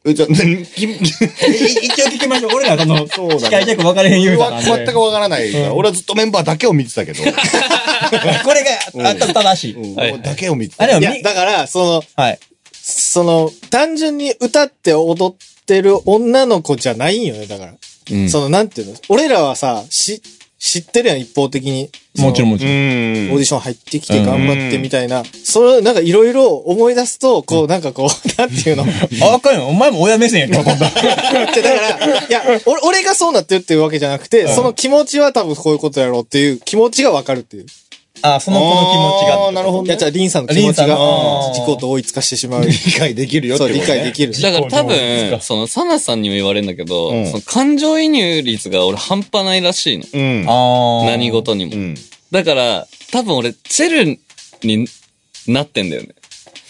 Speaker 4: え、じゃあ、ね、 き
Speaker 1: 一応聞きましょう。俺らその、
Speaker 4: そうだね
Speaker 1: 司会結構分かれへん言
Speaker 4: 俺
Speaker 1: うたな
Speaker 4: は全くわからないから、俺はずっとメンバーだけを見てたけど、
Speaker 1: これが、あった正しい。
Speaker 3: はい
Speaker 4: だけを見て
Speaker 1: あ
Speaker 4: た。
Speaker 1: れはいみ、
Speaker 2: や、だから、その、
Speaker 1: はい。
Speaker 2: その、単純に歌って踊ってる女の子じゃないんよね、だから。
Speaker 3: うん
Speaker 2: その、なんていうの俺らはさ、し、知ってるやん、一方的に。
Speaker 1: もちろんもち
Speaker 4: う
Speaker 2: その。オ
Speaker 1: ろん。
Speaker 4: ん
Speaker 2: ーディション入ってきて頑張ってみたいな。それ、なんかいろいろ思い出すと、こう、なんかこう、 なんていうのじ
Speaker 1: あかんよ。お前も親目線やんけど、今度は。
Speaker 2: ゃだから、いや、俺、俺がそうなってるっていうわけじゃなくて、その気持ちは多分こういうことやろうっていう気持ちがわかるっていう。
Speaker 1: あ、その子の気持ち
Speaker 4: あー
Speaker 1: が。
Speaker 4: なるほど
Speaker 2: い
Speaker 4: ね
Speaker 2: や、じゃあ、リンさんの気持ちが、
Speaker 1: リンさんの
Speaker 2: 自己と追いつかしてしまう。
Speaker 4: 理解できるよっ
Speaker 2: そ
Speaker 4: て
Speaker 2: う、
Speaker 4: こと
Speaker 2: 理
Speaker 4: ね
Speaker 2: 解できる。
Speaker 3: だから多
Speaker 1: 自己の
Speaker 3: 分、そのサナさんにも言われるんだけど、
Speaker 4: うん
Speaker 3: その感情移入率が俺半端ないらしいの。
Speaker 4: うん。
Speaker 1: あー
Speaker 3: 何事にも。
Speaker 4: うん。
Speaker 3: だから、多分俺、チェルになってんだよね。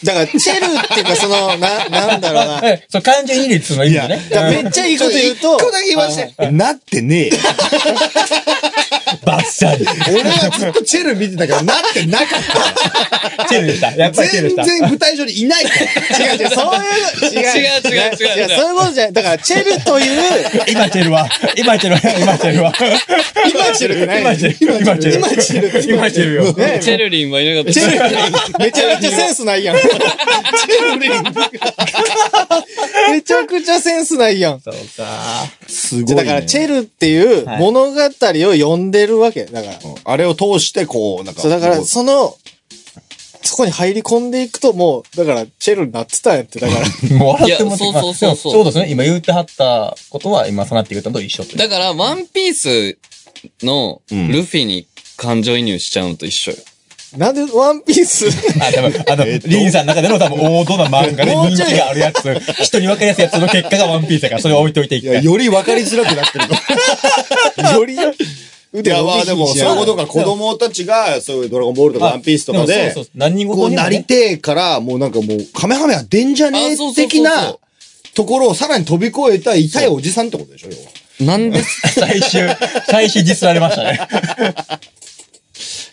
Speaker 2: だから、チェルっていうか、その、な、なんだろうな。い
Speaker 1: え、そう、感情移入率の意味だね。
Speaker 2: や、めっちゃいいこと言うと、
Speaker 4: こんだけ言わせて。なってねえよ。
Speaker 1: バッサリ。
Speaker 4: 俺はずっとチェル見てたけど、なってなか っ。
Speaker 1: チェルでした。やったぱりチェルで
Speaker 4: 全
Speaker 1: した。
Speaker 4: 然舞台上にいないから。
Speaker 2: 違う違う、そういう、
Speaker 3: 違う違う違う
Speaker 2: いや、そういうことじゃない。だから、チェルという、
Speaker 1: 今チェルは、今チェルは、今チェルは。
Speaker 2: 今チェルって何
Speaker 1: 今チェル、今チェル。
Speaker 2: 今チェルって
Speaker 1: 今チェルよ。
Speaker 2: ね
Speaker 3: チェルリンはいなかった。
Speaker 2: チェル、めちゃめちゃセンスないやん。チェルリン。めちゃくちゃセンスないやん。
Speaker 1: そうか。
Speaker 4: す
Speaker 2: だから、チェルっていう
Speaker 1: はい
Speaker 2: 物語を読んでるわけ。だから。
Speaker 4: あれを通して、こう、なんか。
Speaker 2: そう、だから、
Speaker 4: こ
Speaker 2: その、そこに入り込んでいくと、もう、だから、チェルになってたんやって、だから。
Speaker 1: もう笑ってもらって
Speaker 3: いやそうそうそうそう
Speaker 1: でもそうですね。今言ってはったことは、今、そなって言うたのと一緒という。
Speaker 3: だから、ワンピースのルフィに感情移入しちゃうのと一緒よ。
Speaker 2: なんで、ワンピース
Speaker 1: あ、多分、あの、
Speaker 4: えっと
Speaker 1: リンさんの中での多分王道な漫画で
Speaker 2: もうち
Speaker 1: 人
Speaker 2: ょい
Speaker 1: 気があるやつ、人に分かりやすいやつの結果がワンピースだから、それを置いといてい
Speaker 4: いや、より分かりづらくなってると思う
Speaker 2: より、
Speaker 4: い
Speaker 2: 腕
Speaker 4: や、
Speaker 2: を
Speaker 4: まあでも、そういうことか、子供たちが、そういうドラゴンボールとかワンピースとか
Speaker 1: でも
Speaker 4: で
Speaker 1: そう、そう、何事
Speaker 4: こう
Speaker 1: にも
Speaker 4: なり
Speaker 1: ね。
Speaker 4: てえから、もうなんかもう、カメハメは出んじゃねえ
Speaker 3: あそうそうそうそう
Speaker 4: 的なところをさらに飛び越えた痛いおじさんってことでしょ、要は。
Speaker 3: なん で、
Speaker 1: 最終、最終実られましたね。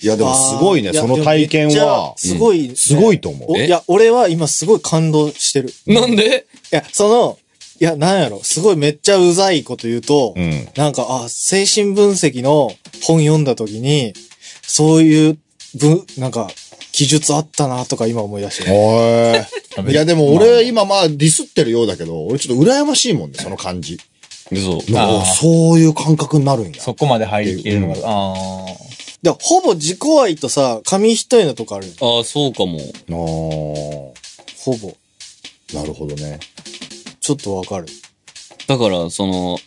Speaker 4: いや、でもすごい
Speaker 2: あ
Speaker 4: ね、
Speaker 2: ー
Speaker 4: その体験
Speaker 2: いやでもめ
Speaker 4: は
Speaker 2: っ。ちゃすごいね、
Speaker 4: すごいと思う
Speaker 2: お
Speaker 3: え
Speaker 2: いや、俺は今すごい感動してる。い
Speaker 3: なんで
Speaker 2: や、その、いや、なんやろ、すごいめっちゃうざいこと言うと、
Speaker 4: うん
Speaker 2: なんか、あ、精神分析の本読んだ時に、そういう、ぶ、なんか、記述あったなとか今思い出してる。
Speaker 4: おい。いや、でも俺、今まあ、ディスってるようだけど、俺ちょっと羨ましいもんね、その感じ。
Speaker 1: あ
Speaker 3: 嘘。
Speaker 1: ー
Speaker 4: あそういう感覚になるんや。
Speaker 1: そこまで入りきれるのが
Speaker 4: う、
Speaker 1: あ
Speaker 2: で、ほぼ自己愛とさ、紙一重のとこあるよ
Speaker 3: ああ、そうかも。
Speaker 4: あー
Speaker 2: ほぼ。
Speaker 4: なるほどね。
Speaker 2: ちょっとわかる。
Speaker 3: だから、その、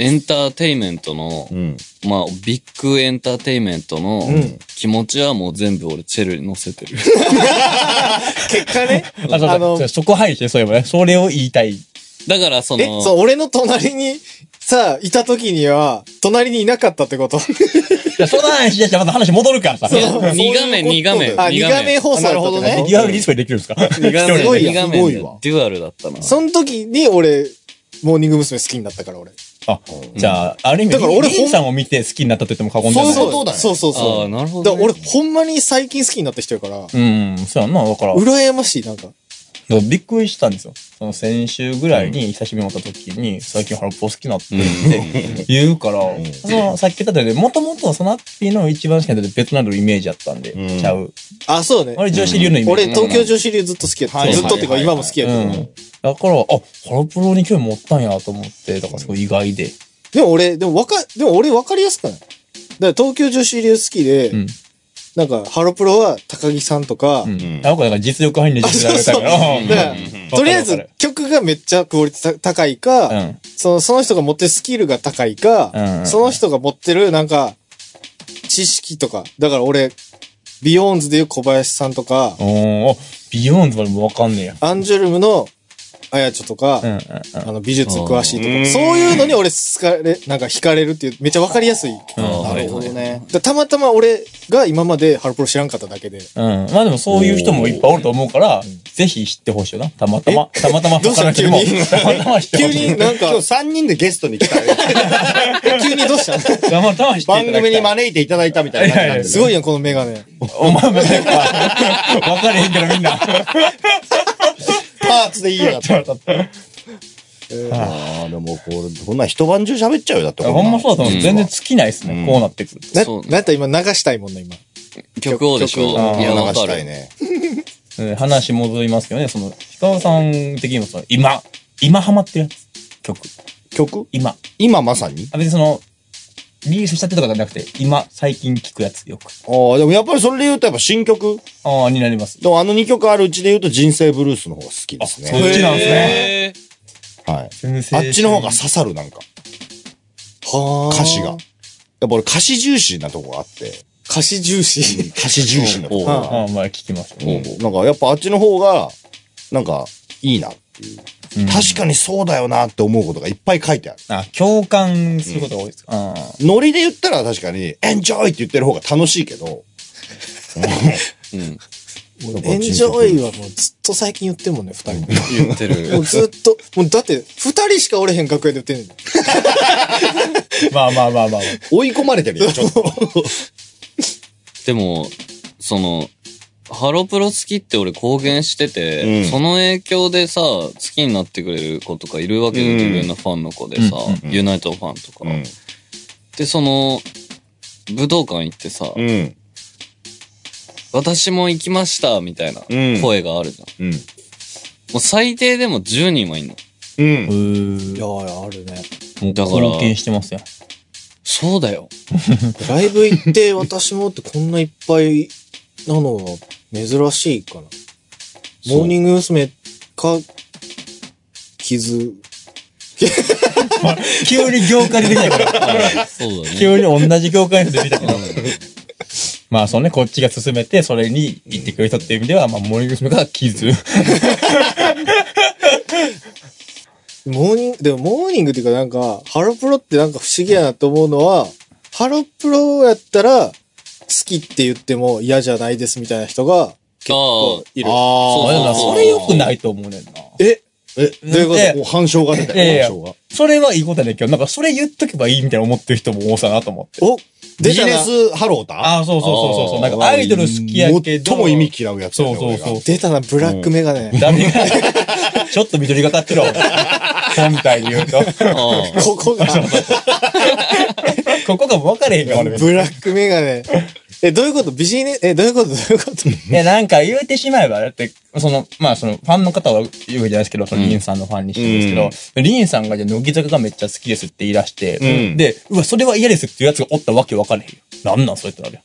Speaker 3: エンターテイメントの、
Speaker 4: ん。
Speaker 3: まあ、ビッグエンターテイメントの
Speaker 2: ん
Speaker 3: 気持ちはもう全部俺チェルに乗せてる。
Speaker 2: 結果 ね、
Speaker 1: ーあ。そうそう、そこ入りして、そういえばね。それを言いたい。
Speaker 3: だから、そ
Speaker 2: え、
Speaker 3: の、
Speaker 2: そう、俺の隣に、さあ、いた時には、隣にいなかったってこと
Speaker 1: いや、そんな話しだしたらまた話戻るからさ。
Speaker 2: そう
Speaker 3: 2画面、
Speaker 4: そう
Speaker 3: 2
Speaker 4: いうこと
Speaker 3: 画面、
Speaker 2: あ、二画面放送だったってこと
Speaker 4: なるほどね
Speaker 1: リアルディスプレイできるんですか
Speaker 3: 2画
Speaker 2: すご
Speaker 3: 面、
Speaker 2: いや
Speaker 3: 2画
Speaker 4: す
Speaker 3: 面
Speaker 4: ご
Speaker 3: で
Speaker 4: いわ
Speaker 3: デュアルだったな。
Speaker 2: その時に俺、モーニング娘。好きになったから俺。
Speaker 1: あ、じゃあ、ある意味、
Speaker 2: だから俺ほん
Speaker 1: リンさんを見て好きになったと言っても過言じゃ
Speaker 4: そう。
Speaker 1: ないいう
Speaker 4: ことだよ
Speaker 2: そうそう
Speaker 3: あ
Speaker 2: そ
Speaker 3: あ、
Speaker 2: う。
Speaker 3: なるほ
Speaker 2: だ
Speaker 3: ど
Speaker 2: か
Speaker 3: ね、
Speaker 2: ら俺ほんまに最近好きになった人やから、
Speaker 1: うん、そうやんな。だから、だか
Speaker 2: 羨ましい、なんか。
Speaker 1: らびっくりしたんですよ。その先週ぐらいに久しぶりに会った時に、最近ハロプロ好きになってるって言うから、その、さっき言ったように、もともとそのアッピーの一番好きなベトナムのイメージやったんで、
Speaker 4: うん
Speaker 1: ちゃう。
Speaker 2: あ、そうね。
Speaker 1: 俺女子流のイメージ。
Speaker 2: 俺、東京女子流ずっと好きやった。
Speaker 4: はい
Speaker 2: ずっとっていうか、
Speaker 4: はい
Speaker 2: 今も好きやけど。
Speaker 1: うん。だから、あ、ハロプロに興味持ったんやと思って、だからすごい意外で。
Speaker 2: でも俺、でもわか、でも俺わかりやすくないだから東京女子流好きで、
Speaker 1: うん。
Speaker 2: なんか、ハロプロは高木さんとか、
Speaker 1: うん。あの子だから実力派に実力派
Speaker 2: う
Speaker 1: だ
Speaker 2: だか
Speaker 1: か。
Speaker 2: らら
Speaker 1: うん
Speaker 2: とりあえ
Speaker 1: わか
Speaker 2: ず
Speaker 1: る
Speaker 2: 曲がめっちゃクオリティ高いか、
Speaker 1: うん
Speaker 2: そのその人が持ってるスキルが高いか、
Speaker 1: うんうんうん
Speaker 2: その人が持ってるなんか、知識とか、だから俺、ビヨーンズでいう小林さんとか、
Speaker 1: おー、あビヨーンズまでもわかんねえや。
Speaker 2: アンジュルムのあやちょとか、
Speaker 1: うんうん
Speaker 2: あの美術詳しいと
Speaker 4: うん
Speaker 2: か、そういうのに俺好かれ、なんか惹かれるっていう、めっちゃわかりやすい。
Speaker 3: ああ
Speaker 1: な
Speaker 3: はいはい
Speaker 2: ね。だたまたま俺が今までハロプロ知らんかっただけで。
Speaker 1: うん。うん。まあでもそういう人もいっぱいおると思うから、ぜひ知ってほしいよな。たまたま。たまたま
Speaker 2: どうした
Speaker 1: 他の人にも。
Speaker 2: 急に
Speaker 1: たまたま知って
Speaker 2: 急
Speaker 1: ほしい
Speaker 2: に。なんか
Speaker 4: 今、日3人でゲストに来た
Speaker 2: 急にどうしたの
Speaker 1: たまたま知っていただ
Speaker 4: 番
Speaker 1: きたい
Speaker 4: 組に招いていただいたみたいな感じなんです
Speaker 2: ごいやん、このメガネ。
Speaker 1: お前もなんか、わかれへんけどみんな。
Speaker 4: パーツで言いやがった。
Speaker 2: え
Speaker 1: は
Speaker 4: ああ、でもこれ、こんなん一晩中喋っちゃうよ。だって
Speaker 1: いほんまそうだと思う。
Speaker 4: ん
Speaker 1: 全然尽きないですね。
Speaker 4: うん
Speaker 1: こうなってくると。
Speaker 2: ー
Speaker 3: そう
Speaker 2: な、なんやったら今流したいもんな、今。
Speaker 3: 曲をでしょ
Speaker 2: 曲
Speaker 1: を
Speaker 3: いや、
Speaker 4: 流
Speaker 3: わか
Speaker 4: したい
Speaker 3: る。
Speaker 4: ね。
Speaker 1: うん話戻りますけどね、その、ヒカルさん的にもその、今、今ハマってるやつ曲。
Speaker 4: 曲
Speaker 1: 今。
Speaker 4: 今まさに
Speaker 1: あ、別にその、リリースしたってとかじゃなくて、今、最近聞くやつよく。
Speaker 4: ああ、でもやっぱりそれで言うとやっぱ新曲。
Speaker 1: ああ、になります。
Speaker 4: でもあの2曲あるうちで言うと人生ブルースの方が好きです
Speaker 1: あそ
Speaker 4: ね。
Speaker 1: うっちなんすね
Speaker 3: えー
Speaker 4: はい。
Speaker 1: あ
Speaker 4: あっちの方が刺さるなんか、
Speaker 2: はあ。
Speaker 4: 歌詞が。やっ。ぱ俺歌詞重視なとこがあって、
Speaker 2: 歌詞重 視。
Speaker 4: 歌詞重視なと
Speaker 2: お
Speaker 4: こ
Speaker 2: うおう
Speaker 4: が。
Speaker 1: ああ、まあ聞きますよ
Speaker 4: うん
Speaker 1: ね。
Speaker 4: なんかやっぱあっちの方が、なんかいいなってい
Speaker 1: う
Speaker 4: う。
Speaker 1: ん
Speaker 4: 確かにそうだよなって思うことがいっぱい書いてある。
Speaker 1: あ、共感することが多いですか。ああ
Speaker 4: ノリで言ったら確かに、エンジョイって言ってる方が楽しいけど、
Speaker 3: うん。
Speaker 2: エンジョイはもうずっと最近言ってんもんね、二人。
Speaker 3: 言って
Speaker 2: も
Speaker 3: る
Speaker 2: う。ずっと、もうだって、二人しかおれへん楽屋で言ってんねん。
Speaker 1: まあまあまあまあまあ。
Speaker 4: 追い込まれてるよ、ちょっと。
Speaker 3: でも、その、ハロプロ好きって俺公言してて、
Speaker 4: うん
Speaker 3: その影響でさ、好きになってくれる子とかいるわけで、
Speaker 4: うん
Speaker 3: 自分のファンの子でさ、
Speaker 1: うんうん
Speaker 4: うん
Speaker 3: ユナイトファンとか。で、その、武道館行ってさ、
Speaker 4: うん。
Speaker 3: 私も行きました、みたいな
Speaker 4: うん
Speaker 3: 声があるじゃん。
Speaker 4: うん。
Speaker 3: もう最低でも10人はいんの。
Speaker 4: うん。
Speaker 1: うん。
Speaker 2: いやー、あるね。
Speaker 1: もう
Speaker 3: だから
Speaker 1: 貢献してますよ。
Speaker 3: そうだよ。
Speaker 2: ライブ行って、私もってこんないっぱいなのは珍しいかな。モーニング娘。か、傷。
Speaker 1: 急に業界でできたから。
Speaker 3: そうだね。
Speaker 1: 急に同じ業界でできたから。まあ、そのね、こっちが進めて、それに行ってくれたっていう意味では、まあ、森娘が傷。
Speaker 2: モーニング、でもモーニングっていうかなんか、ハロプロってなんか不思議やなと思うのは、ハロプロやったら、好きって言っても嫌じゃないですみたいな人が結構いる。
Speaker 1: あでもな
Speaker 4: ああ、
Speaker 1: それ良くないと思うねんな。
Speaker 2: え
Speaker 4: え、
Speaker 2: どういうこ
Speaker 1: だっ
Speaker 2: と
Speaker 1: て
Speaker 4: もう反証が出た
Speaker 1: いやいや
Speaker 4: よ、反証が。
Speaker 1: それはいいことやねんけど、なんかそれ言っとけばいいみたいな思ってる人も多さなと思って。
Speaker 2: お
Speaker 4: ビ
Speaker 2: 出
Speaker 4: ジ
Speaker 2: た
Speaker 4: ネ
Speaker 2: な
Speaker 4: スハロータ
Speaker 1: ああ、そうそうそうそうそう。
Speaker 3: あー
Speaker 1: なんかアイドル好きやけど。
Speaker 4: 最も意味嫌うやつ
Speaker 1: そ
Speaker 4: だね
Speaker 1: うそうそう。
Speaker 2: 出たな、ブラックメガネ。
Speaker 1: ダメが、ちょっと緑がかってるわ。本体で言うと。
Speaker 3: ああ
Speaker 2: ここが、
Speaker 1: ここが分かれへんから、俺。
Speaker 2: ブラックメガネ。え、どういうことビジネス、え、どういうことどういうこと
Speaker 1: え、なんか言うてしまえば、だって、その、まあその、ファンの方は言うわけじゃないですけど、その、
Speaker 3: うん
Speaker 1: リンさんのファンにしてるんですけど、リンさんがじゃあ乃木坂がめっちゃ好きですって言い出して、
Speaker 4: うん
Speaker 1: で、うわ、それは嫌ですっていうやつがおったわけ分かれへんよ。なんなんそれってなる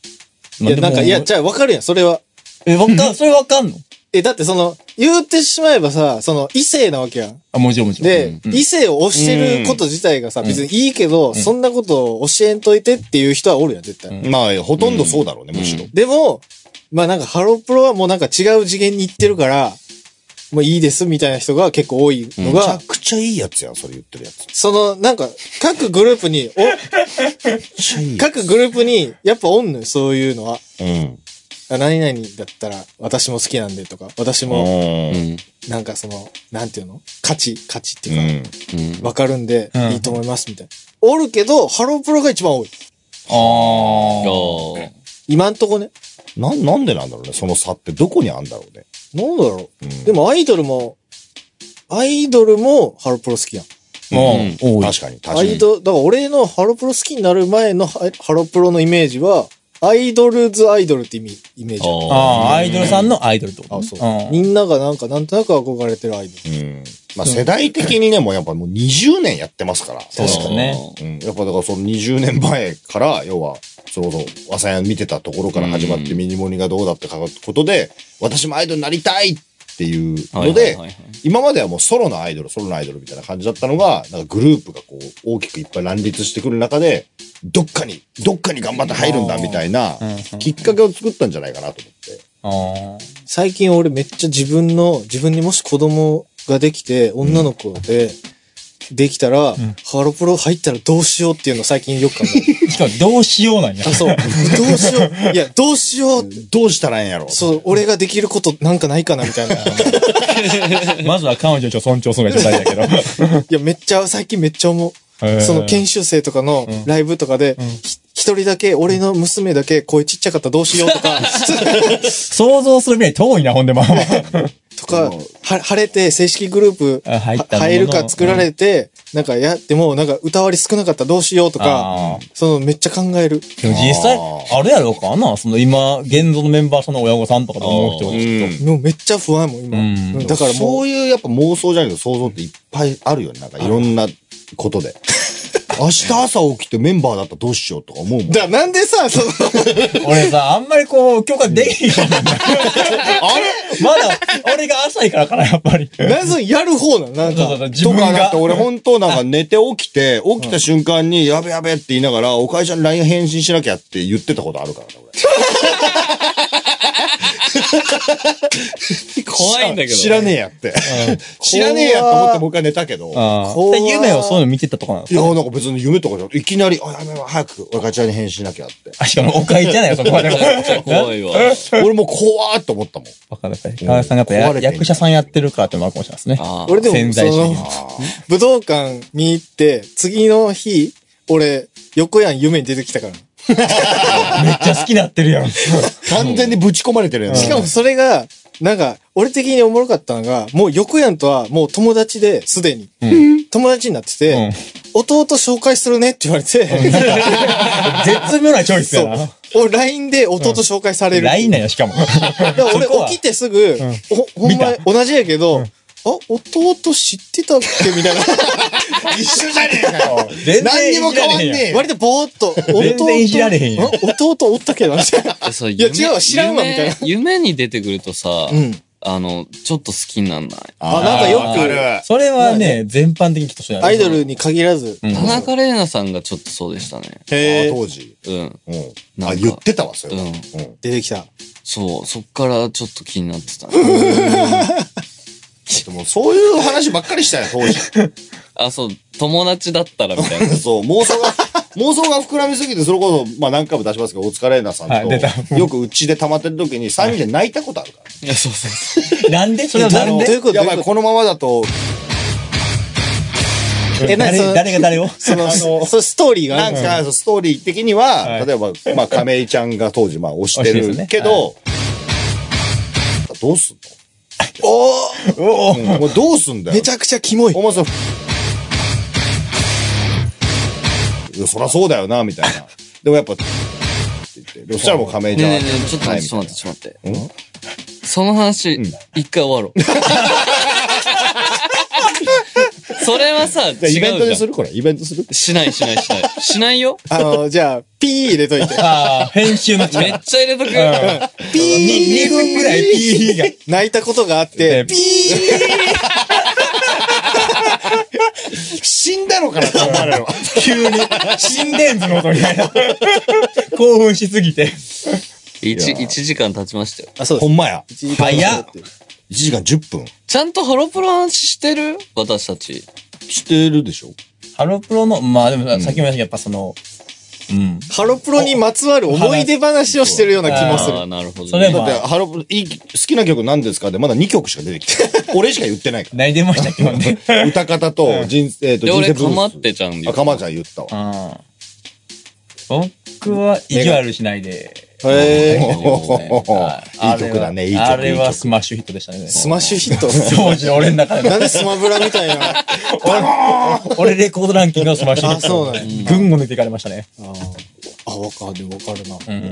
Speaker 2: い
Speaker 1: やん。
Speaker 2: や、なんか、いや、
Speaker 1: ち
Speaker 2: じゃあ分かるやん、それは。
Speaker 1: え、わ かん、それ分かんの
Speaker 2: え、だってその、言ってしまえばさ、その、異性なわけやん。
Speaker 1: あ、もちろんもちろん。
Speaker 2: で、
Speaker 1: うん
Speaker 2: 異性を推してること自体がさ、別にいいけど、そんなことを教えんといてっていう人はおるやん、絶対。
Speaker 1: うん
Speaker 4: まあ、ほとんどそうだろうね、むしろ。
Speaker 2: でも、まあなんか、ハロプロはもうなんか違う次元に行ってるから、もういいですみたいな人が結構多いの
Speaker 4: めち
Speaker 2: が、
Speaker 4: ゃくちゃいいやつやん、それ言ってるやつ。めっ
Speaker 2: その、なんか、各グループに、お、
Speaker 4: ちゃいいや
Speaker 2: 各グループに、やっぱおんのよ、そういうのは。
Speaker 4: つ。うん。
Speaker 2: あ何々だったら、私も好きなんでとか、私
Speaker 4: う。
Speaker 2: も、
Speaker 3: うんん。
Speaker 2: なんかその、なんていうの価値、価値って
Speaker 4: う
Speaker 2: いうか、
Speaker 4: ん。
Speaker 3: うん。
Speaker 2: わかるんで
Speaker 1: う、ん
Speaker 2: いいと思います、みたいな。おるけど、ハロプロが一番多い。
Speaker 1: あー。
Speaker 3: あ
Speaker 2: 今んとこね。
Speaker 4: なん、なんでなんだろうね、その差ってどこにあんだろうね。
Speaker 2: なんだろ
Speaker 4: う
Speaker 2: う。
Speaker 4: ん
Speaker 2: でもアイドルも、アイドルもハロプロ好きやん。
Speaker 1: うん、多い。
Speaker 4: 確かに、確
Speaker 2: ア
Speaker 4: か
Speaker 2: イ
Speaker 4: に。
Speaker 2: ドル、だから俺のハロプロ好きになる前のハハロプロのイメージは、アイドルズアイドルって意味、イメージやん。
Speaker 1: ああ、
Speaker 3: あ。
Speaker 1: アイドルさんのアイドルってこと
Speaker 2: あ、
Speaker 1: ね
Speaker 2: そう、み
Speaker 1: うん
Speaker 2: ながなんか、なんとなく憧れてるアイドル。
Speaker 4: うん。まあ、世代的にね、もうやっぱもう20年やってますから。
Speaker 1: そうだね
Speaker 4: うん、やっぱだからその20年前から、要は、それこそ、朝や見てたところから始まって
Speaker 3: うん
Speaker 4: ミニモニがどうだってかかことで、私もアイドルになりたいっていう
Speaker 3: はい
Speaker 4: の
Speaker 3: はい
Speaker 4: で
Speaker 3: はい、はい
Speaker 4: 今まではもうソロのアイドル、ソロのアイドルみたいな感じだったのが、なんかグループがこう、大きくいっぱい乱立してくる中で、どっかに、どっかに頑張って入るんだみたいな
Speaker 1: うんうん、
Speaker 4: きっかけを作ったんじゃないかなと思って。
Speaker 1: あー
Speaker 2: 最近俺めっちゃ自分の、自分にもし子供ができて、女の子で、できたら、ハロプロ入ったらどうしようっていうの最近よく考え る。
Speaker 1: しかも、どうしようなん や
Speaker 2: あ、。そう。どうしよう。いや、どうしよう。
Speaker 4: どうしたらええんやろ
Speaker 2: そう、俺ができることなんかないかなみ たいな。い
Speaker 1: まずは彼女をちょっと尊重するのがちょっと大事だけど。
Speaker 2: や、めっちゃ、最近めっちゃ思
Speaker 1: へ
Speaker 2: う。
Speaker 1: ー
Speaker 2: その研修生とかのライブとかで、ひ一人だけ、俺の娘 だけ声ちっちゃかったらどうしようとか、
Speaker 1: 想像する未来遠いな、ほんで、まあまあ。
Speaker 2: とか
Speaker 4: うん、
Speaker 2: は晴れて正式グループ
Speaker 1: あ入ったものの
Speaker 2: 入るか作られて、なんかやっても、なんか歌割り少なかったらどうしようとか、
Speaker 1: あ
Speaker 2: そのめっちゃ考える。
Speaker 1: ーでも実際
Speaker 4: あー
Speaker 1: あるやろうかなその今現像のメンバーその親御さんとかと思う人がきっと
Speaker 2: もうめっちゃ不安もん今。
Speaker 1: う
Speaker 2: うんんだからも、
Speaker 4: そうういうやっぱ妄想じゃないけど想像っていっぱいあるよね。なんかいろんなこと で。明日朝起きてメンバーだったらどうしようとか 思うもん。
Speaker 2: だなんでさ、その、
Speaker 1: 俺さあんまりこう許可できへん あれまだ俺が浅いからかなやっぱり
Speaker 2: なんでやる方なのなん
Speaker 1: そうそ
Speaker 2: か。
Speaker 1: うそう自
Speaker 4: と
Speaker 1: 分
Speaker 4: か、だっ
Speaker 1: が
Speaker 4: て俺本当なんか寝て起きて、起きた瞬間に、やべやべって言いながら、お会社に LINE 返信しなきゃって言ってたことあるから ね、
Speaker 3: 怖いんだけど。
Speaker 4: 知らねえやって。知らねえやと思って僕は寝たけど。
Speaker 1: あ
Speaker 2: こうは
Speaker 1: ーで夢をそういうの見てたとかなの
Speaker 4: いや、なんか別に夢とかじゃなくていきなり、あ、やべやべ、早く、お会社に返信しなきゃ って。
Speaker 1: あしかもお会じゃないよそこまでも
Speaker 3: めっちゃ怖いわ。
Speaker 4: 俺もう怖ーって思ったもん。
Speaker 1: バカだったり川上さんがやっぱや
Speaker 4: 壊れてる
Speaker 1: 役者さんやってるからってのもあるかもしれないですね
Speaker 3: あー
Speaker 2: 俺でも、
Speaker 1: 潜
Speaker 2: そ
Speaker 1: 在主義
Speaker 2: の
Speaker 1: の、
Speaker 2: 武道館見に行って、次の日、俺、横やん夢に出てきたから。
Speaker 1: めっちゃ好きになってるやん
Speaker 4: 完全にぶち込まれてるやん。
Speaker 2: しかもそれが、なんか、俺的におもろかったのが、もう横やんとはもう友達で、すでに、友達になってて、
Speaker 1: うん
Speaker 2: 弟紹介するねって言われ て、
Speaker 1: 絶妙なチョイスやな
Speaker 2: そう。俺 LINE で弟紹介される。
Speaker 1: LINE なんやしかも
Speaker 2: だから俺
Speaker 1: そこは
Speaker 2: 起きてすぐ、おほん
Speaker 1: 見
Speaker 2: ま
Speaker 1: た
Speaker 2: 同じやけど、あ、弟知ってたっけみたいな。
Speaker 4: 一緒じゃねえかよ。
Speaker 1: 全
Speaker 4: 何にも変わんねえよ
Speaker 2: 割とぼーっと、弟。
Speaker 1: 全然いじられへんやん
Speaker 2: 弟おったけど、みたいな。
Speaker 3: そう
Speaker 2: いや違うわ知らんわみたいな。
Speaker 3: 夢夢に出てくるとさ、
Speaker 2: うん
Speaker 3: あの、ちょっと好きになんない。
Speaker 2: あなんかよく
Speaker 4: わる
Speaker 1: それはね、全般的にきっとそうやな
Speaker 2: アイドルに限らず。
Speaker 1: ん
Speaker 3: 田中玲奈さんがちょっとそうでしたね。
Speaker 2: へ
Speaker 4: あ
Speaker 2: ー
Speaker 4: 当時。
Speaker 3: うん。
Speaker 4: うん。
Speaker 3: なん
Speaker 4: あ、
Speaker 3: か
Speaker 4: 言ってたわ、それは。
Speaker 3: う
Speaker 4: うん
Speaker 3: ん。
Speaker 2: 出てきた。
Speaker 3: そう、そっからちょっと気になってたね。
Speaker 4: でもそういう話ばっかりしたよ、当時。
Speaker 3: あ、そう、友達だったらみたいな。
Speaker 4: そう、妄想が、 妄想が膨らみすぎて、それこそ、まあ何回も出しますけど、大塚玲奈さ
Speaker 1: はい出
Speaker 4: んと、よくうちで溜まってる時に3人で泣いたことあるから。
Speaker 3: いや、そうそうそ
Speaker 1: なんでそれは
Speaker 2: あ
Speaker 1: な
Speaker 2: の
Speaker 1: ん
Speaker 2: どうい
Speaker 1: で
Speaker 2: うこと
Speaker 4: やば
Speaker 2: ど
Speaker 4: い、
Speaker 2: ういう
Speaker 4: このままだと、
Speaker 2: えなに
Speaker 1: 誰
Speaker 2: その
Speaker 1: 誰が誰を
Speaker 2: その、そのストーリーが
Speaker 4: な
Speaker 2: あ
Speaker 4: ん
Speaker 2: る
Speaker 4: か、そうストーリー的には、
Speaker 1: はい
Speaker 4: 例えば、まあ、亀井ちゃんが当時、まあ、推して
Speaker 1: 推してです
Speaker 4: る
Speaker 1: ね
Speaker 4: けど、どうすん
Speaker 2: おー
Speaker 1: おお
Speaker 4: のもうどうすんだよ
Speaker 2: め。ちゃくちゃキモい
Speaker 4: お。前さ、いやそりゃそうだよな、みたいな。でもやっぱ、って言って。でもそしたらもう亀井
Speaker 3: う。
Speaker 4: ち
Speaker 3: ね
Speaker 4: ゃ
Speaker 3: え
Speaker 4: ん
Speaker 3: ね
Speaker 4: は。
Speaker 3: えねえ、ちょっと
Speaker 4: は
Speaker 3: 待
Speaker 4: い
Speaker 3: って、
Speaker 4: み
Speaker 3: ち
Speaker 4: た
Speaker 3: ょっ
Speaker 4: いな
Speaker 3: と待って、ちょっと待って。その話、一回終わろう。それはさ、違う
Speaker 4: じゃあイベントで
Speaker 3: じゃ
Speaker 4: するこれ。イベントする
Speaker 3: ん。しないしないしない。しないよ。
Speaker 2: あの、じ ゃあ、ピー入れといて。
Speaker 1: ああ、編集の力。
Speaker 3: め
Speaker 1: 2
Speaker 3: っちゃ入れとく。
Speaker 2: ピー
Speaker 1: 分くらい P が。
Speaker 2: 泣いたことがあって、
Speaker 1: ね
Speaker 2: ピー
Speaker 4: 死んだのかなって思われるわ。
Speaker 1: 急に、心電図の音みたいな。 興奮しすぎて。
Speaker 3: 一、一時間経ちましたよ。
Speaker 2: あ、そう
Speaker 4: ほ
Speaker 2: です。
Speaker 4: んまや。1
Speaker 1: 早っ。
Speaker 4: 時間10分。
Speaker 3: ちゃんとハロプロの話してる私たち。
Speaker 4: してるでしょ
Speaker 1: ハロプロの、まあでもささっきも言いましたけど、やっぱその、うん。
Speaker 2: ハロプロにまつわる思い出話をしてるような気もする
Speaker 3: ああ、。なるほど、ね。
Speaker 1: それ
Speaker 4: だ
Speaker 1: も
Speaker 4: って、ハロプ、いい、好きな曲何ですかで、まだ2曲しか出てき て。俺しか言ってないか
Speaker 1: 何でもしたっけ、ほんで。
Speaker 4: ら。歌方と、人生、えっと、
Speaker 3: で、
Speaker 4: 人
Speaker 3: 俺、
Speaker 4: 生
Speaker 3: か
Speaker 4: ブ
Speaker 3: ま
Speaker 4: ー
Speaker 3: ってちゃんで
Speaker 4: ス。あ、かまちゃん言ったわ。
Speaker 1: うん 僕は意地悪しないで。
Speaker 2: へー
Speaker 4: いい曲だね、いい曲。
Speaker 1: あれ
Speaker 4: いい
Speaker 1: は
Speaker 4: 曲
Speaker 1: スマッシュヒットでしたね。
Speaker 2: スマッシュヒット。
Speaker 1: 当時の俺の中 で。
Speaker 2: なんでスマブラみたい な。
Speaker 1: 俺レコードランキングのスマッシュヒット。
Speaker 2: あそうなん
Speaker 1: 群を抜いていかれましたね。
Speaker 2: あ、わかる、わかるな。
Speaker 1: うん。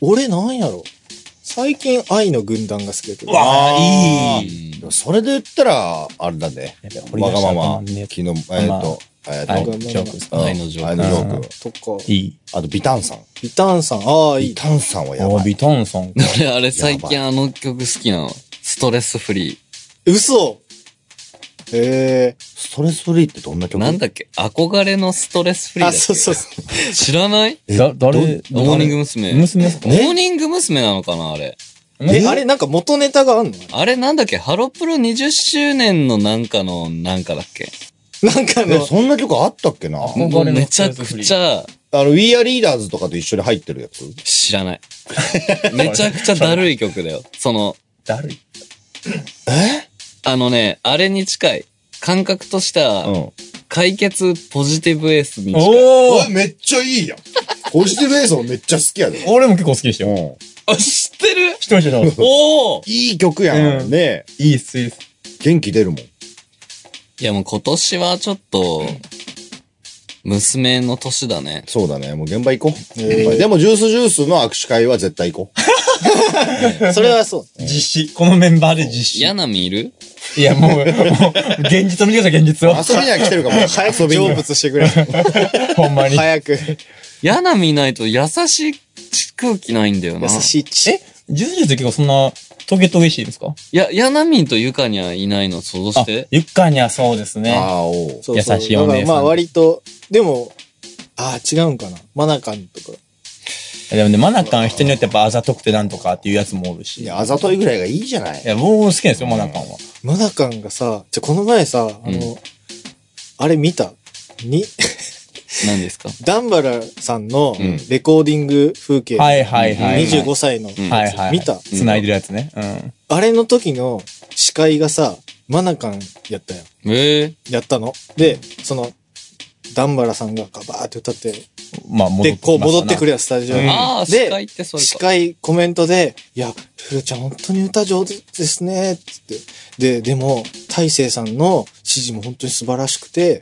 Speaker 2: 俺なんやろ最近愛の軍団が好きだけど。
Speaker 1: わあ、
Speaker 4: あー
Speaker 1: いい。
Speaker 4: でもそれで言ったら、あれだね
Speaker 1: やべ。掘り出
Speaker 4: わ
Speaker 1: し
Speaker 4: が
Speaker 1: た
Speaker 4: まま、
Speaker 1: ね
Speaker 4: 昨日、えっと、えっ
Speaker 1: はい、
Speaker 4: と、
Speaker 1: ジョークです
Speaker 4: うん
Speaker 1: か。
Speaker 3: 愛のジョーク
Speaker 4: 愛のジョーク。
Speaker 2: とか、
Speaker 1: いい。
Speaker 4: あと、ビタンさん。
Speaker 2: ビターンさん、ああ、い
Speaker 4: ビ
Speaker 2: い。
Speaker 4: タンさんはや
Speaker 1: お
Speaker 4: ばい。
Speaker 1: ビトンソンか。
Speaker 3: 俺、 あれ、最近あの曲好きなの。ストレスフリ
Speaker 2: 嘘へえ。
Speaker 4: ストレスフリーってどんな
Speaker 3: ー。
Speaker 4: 曲
Speaker 3: なんだっけ憧れのストレスフリーだ
Speaker 2: あ、
Speaker 3: っけ
Speaker 2: そうそう
Speaker 3: う
Speaker 2: そう。
Speaker 3: 知らない
Speaker 1: だ、誰
Speaker 4: ど
Speaker 3: モーニング娘。
Speaker 1: 娘ですか
Speaker 3: モーニング娘。なのかなあれ。
Speaker 2: え、あれなんか元ネタがあんの
Speaker 3: あれなんだっけハロプロ20周年のなんかのなんかだっけ
Speaker 2: なんか
Speaker 4: え、
Speaker 2: の、
Speaker 4: そんな曲あったっけな
Speaker 1: れの
Speaker 3: もうめちゃくちゃ
Speaker 4: あの、We Are Leaders とかと一緒に入ってるやつ
Speaker 3: 知らない。めちゃくちゃだるい曲だよ。その、
Speaker 1: 誰
Speaker 3: あのね、あれに近い。感覚としては、
Speaker 4: うん。
Speaker 3: 解決ポジティブエースに近い。
Speaker 1: おー
Speaker 4: めっちゃいいやん。ポジティブ映像めっちゃ好きやで。
Speaker 1: 俺も結構好きでしたよ。
Speaker 4: う
Speaker 3: あ、知ってる
Speaker 1: てましたよ。
Speaker 3: おお
Speaker 4: いい曲や
Speaker 1: うん
Speaker 4: ん。ね
Speaker 1: いいっす、いいっす。
Speaker 4: 元気出るもん。
Speaker 3: いやもう今年はちょっと、娘の年だね。
Speaker 4: そうだね。もう現場行こう。現場でも、ジュースジュースの握手会は絶対行こ う。
Speaker 2: それはそう。
Speaker 1: 実施。このメンバーで実施。
Speaker 3: ヤナミいる
Speaker 1: いや、もう、もう、現実を見てください、現実を。
Speaker 4: 遊びには来てるかも。
Speaker 2: 早く
Speaker 4: 遊びに
Speaker 2: 成
Speaker 4: は。
Speaker 2: 仏して くれ。
Speaker 1: ほんまに。
Speaker 2: 早く。
Speaker 3: ヤナミいないと優しい空気ないんだよな。
Speaker 2: 優しいち。
Speaker 1: えジュースジュースって結構そんな、トゲトゲしいんですか
Speaker 3: いや、ヤナミとユカにはいないの想像し
Speaker 1: あ
Speaker 3: て、。
Speaker 1: ゆっかにはそうですね。
Speaker 4: ああ、おう。
Speaker 2: そうそう
Speaker 1: 優しいお姉さん
Speaker 2: だからまあ割と、でも、ああ、違うんかな。マナカンとか。
Speaker 1: でもね、マナカン人によってやっぱあざとくてなんとかっていうやつもおるし。
Speaker 4: い
Speaker 1: い
Speaker 4: や、あざといぐらいがいいじゃない。
Speaker 1: や、僕好きなんですよ、マナカンは。
Speaker 2: マナカンがさ、じゃあこの前さ、あの、あれ見たに、
Speaker 3: 何ですか
Speaker 2: ダンバラさんの
Speaker 3: うん
Speaker 2: レコーディング風景。
Speaker 1: はいはいはい。
Speaker 2: 25歳の。
Speaker 3: ん
Speaker 1: はいはい。
Speaker 2: 見た
Speaker 1: 繋いでるやつね。うん。
Speaker 2: あれの時の司会がさ、マナカンやったよ。
Speaker 3: ええ
Speaker 2: やったの。で、その、ダンバラさんがガバーって歌って、
Speaker 1: まあ、戻
Speaker 2: で、こう戻ってく
Speaker 1: る。
Speaker 2: るやつ、スタジオ
Speaker 1: う
Speaker 2: に。
Speaker 1: ん
Speaker 3: ああ、
Speaker 2: で
Speaker 3: 司会ってそれ
Speaker 2: 司
Speaker 3: か。
Speaker 2: 会コメントで、いや、ルルちゃん本当に歌上手ですね、つって。で、でも、大勢さんの指示も本当に素晴らしくて、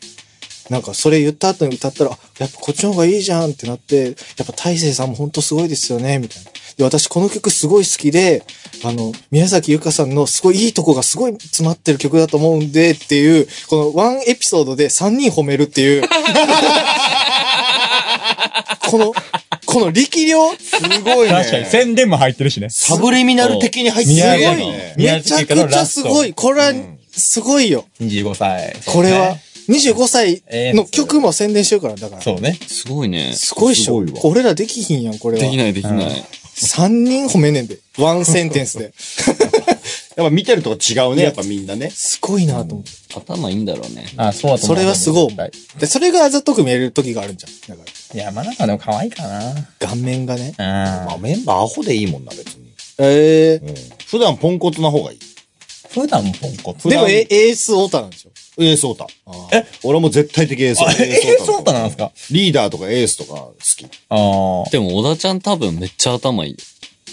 Speaker 2: なんかそれ言った後に歌ったら、あやっぱこっちの方がいいじゃんってなって、やっぱ大勢さんも本当すごいですよね、みたいな。で、私この曲すごい好きで、あの、宮崎ゆかさんのすごいいいとこがすごい詰まってる曲だと思うんで、っていう、このワンエピソードで3人褒めるっていう、この、この力量
Speaker 4: すごいね。
Speaker 1: 確かに、宣伝も入ってるしね。
Speaker 4: サブリミナル的に入って
Speaker 1: す
Speaker 4: る
Speaker 1: ごい
Speaker 4: よ
Speaker 1: ね
Speaker 2: めちゃくちゃすごい。これは、すごいよ。
Speaker 1: 25歳。
Speaker 2: これは。25歳の曲も宣伝してるから、だから。
Speaker 1: そうね。
Speaker 3: すごいね。
Speaker 2: すごいっしょ
Speaker 4: すごいわ。
Speaker 2: 俺らできひんやん、これ
Speaker 3: でき
Speaker 2: は。
Speaker 3: ないできない。
Speaker 2: 3人褒めねんで。ワンセンテン スで。
Speaker 4: やっぱ見てるとこ違うね。やっぱみんなね。
Speaker 2: すごいなと思って。
Speaker 3: 頭いいんだろうね。
Speaker 1: あ、そうだと思
Speaker 2: そうれはすごい
Speaker 1: 絶対。
Speaker 2: で、それがあざとく見える時があるんじゃん。だか
Speaker 1: いや、まあなんかでも可愛いかな。
Speaker 2: ら、顔面がね。
Speaker 4: ま
Speaker 1: う
Speaker 4: あ
Speaker 1: ん。
Speaker 4: メンバーアホでいいもんな、別に。
Speaker 2: え
Speaker 4: うん。普段ポンコツな方がいい。
Speaker 1: 普段もポンコツ。
Speaker 2: え。
Speaker 4: 普
Speaker 2: で
Speaker 4: 段
Speaker 2: も、えエースオータなんでしょ。
Speaker 4: エースオータ。
Speaker 2: え
Speaker 4: 俺も絶対的エース
Speaker 1: あ、 え、そうだなんですんですか
Speaker 4: リーダーとかエースとか好き。
Speaker 1: ああ。
Speaker 3: でも、小田ちゃん多分めっちゃ頭いい。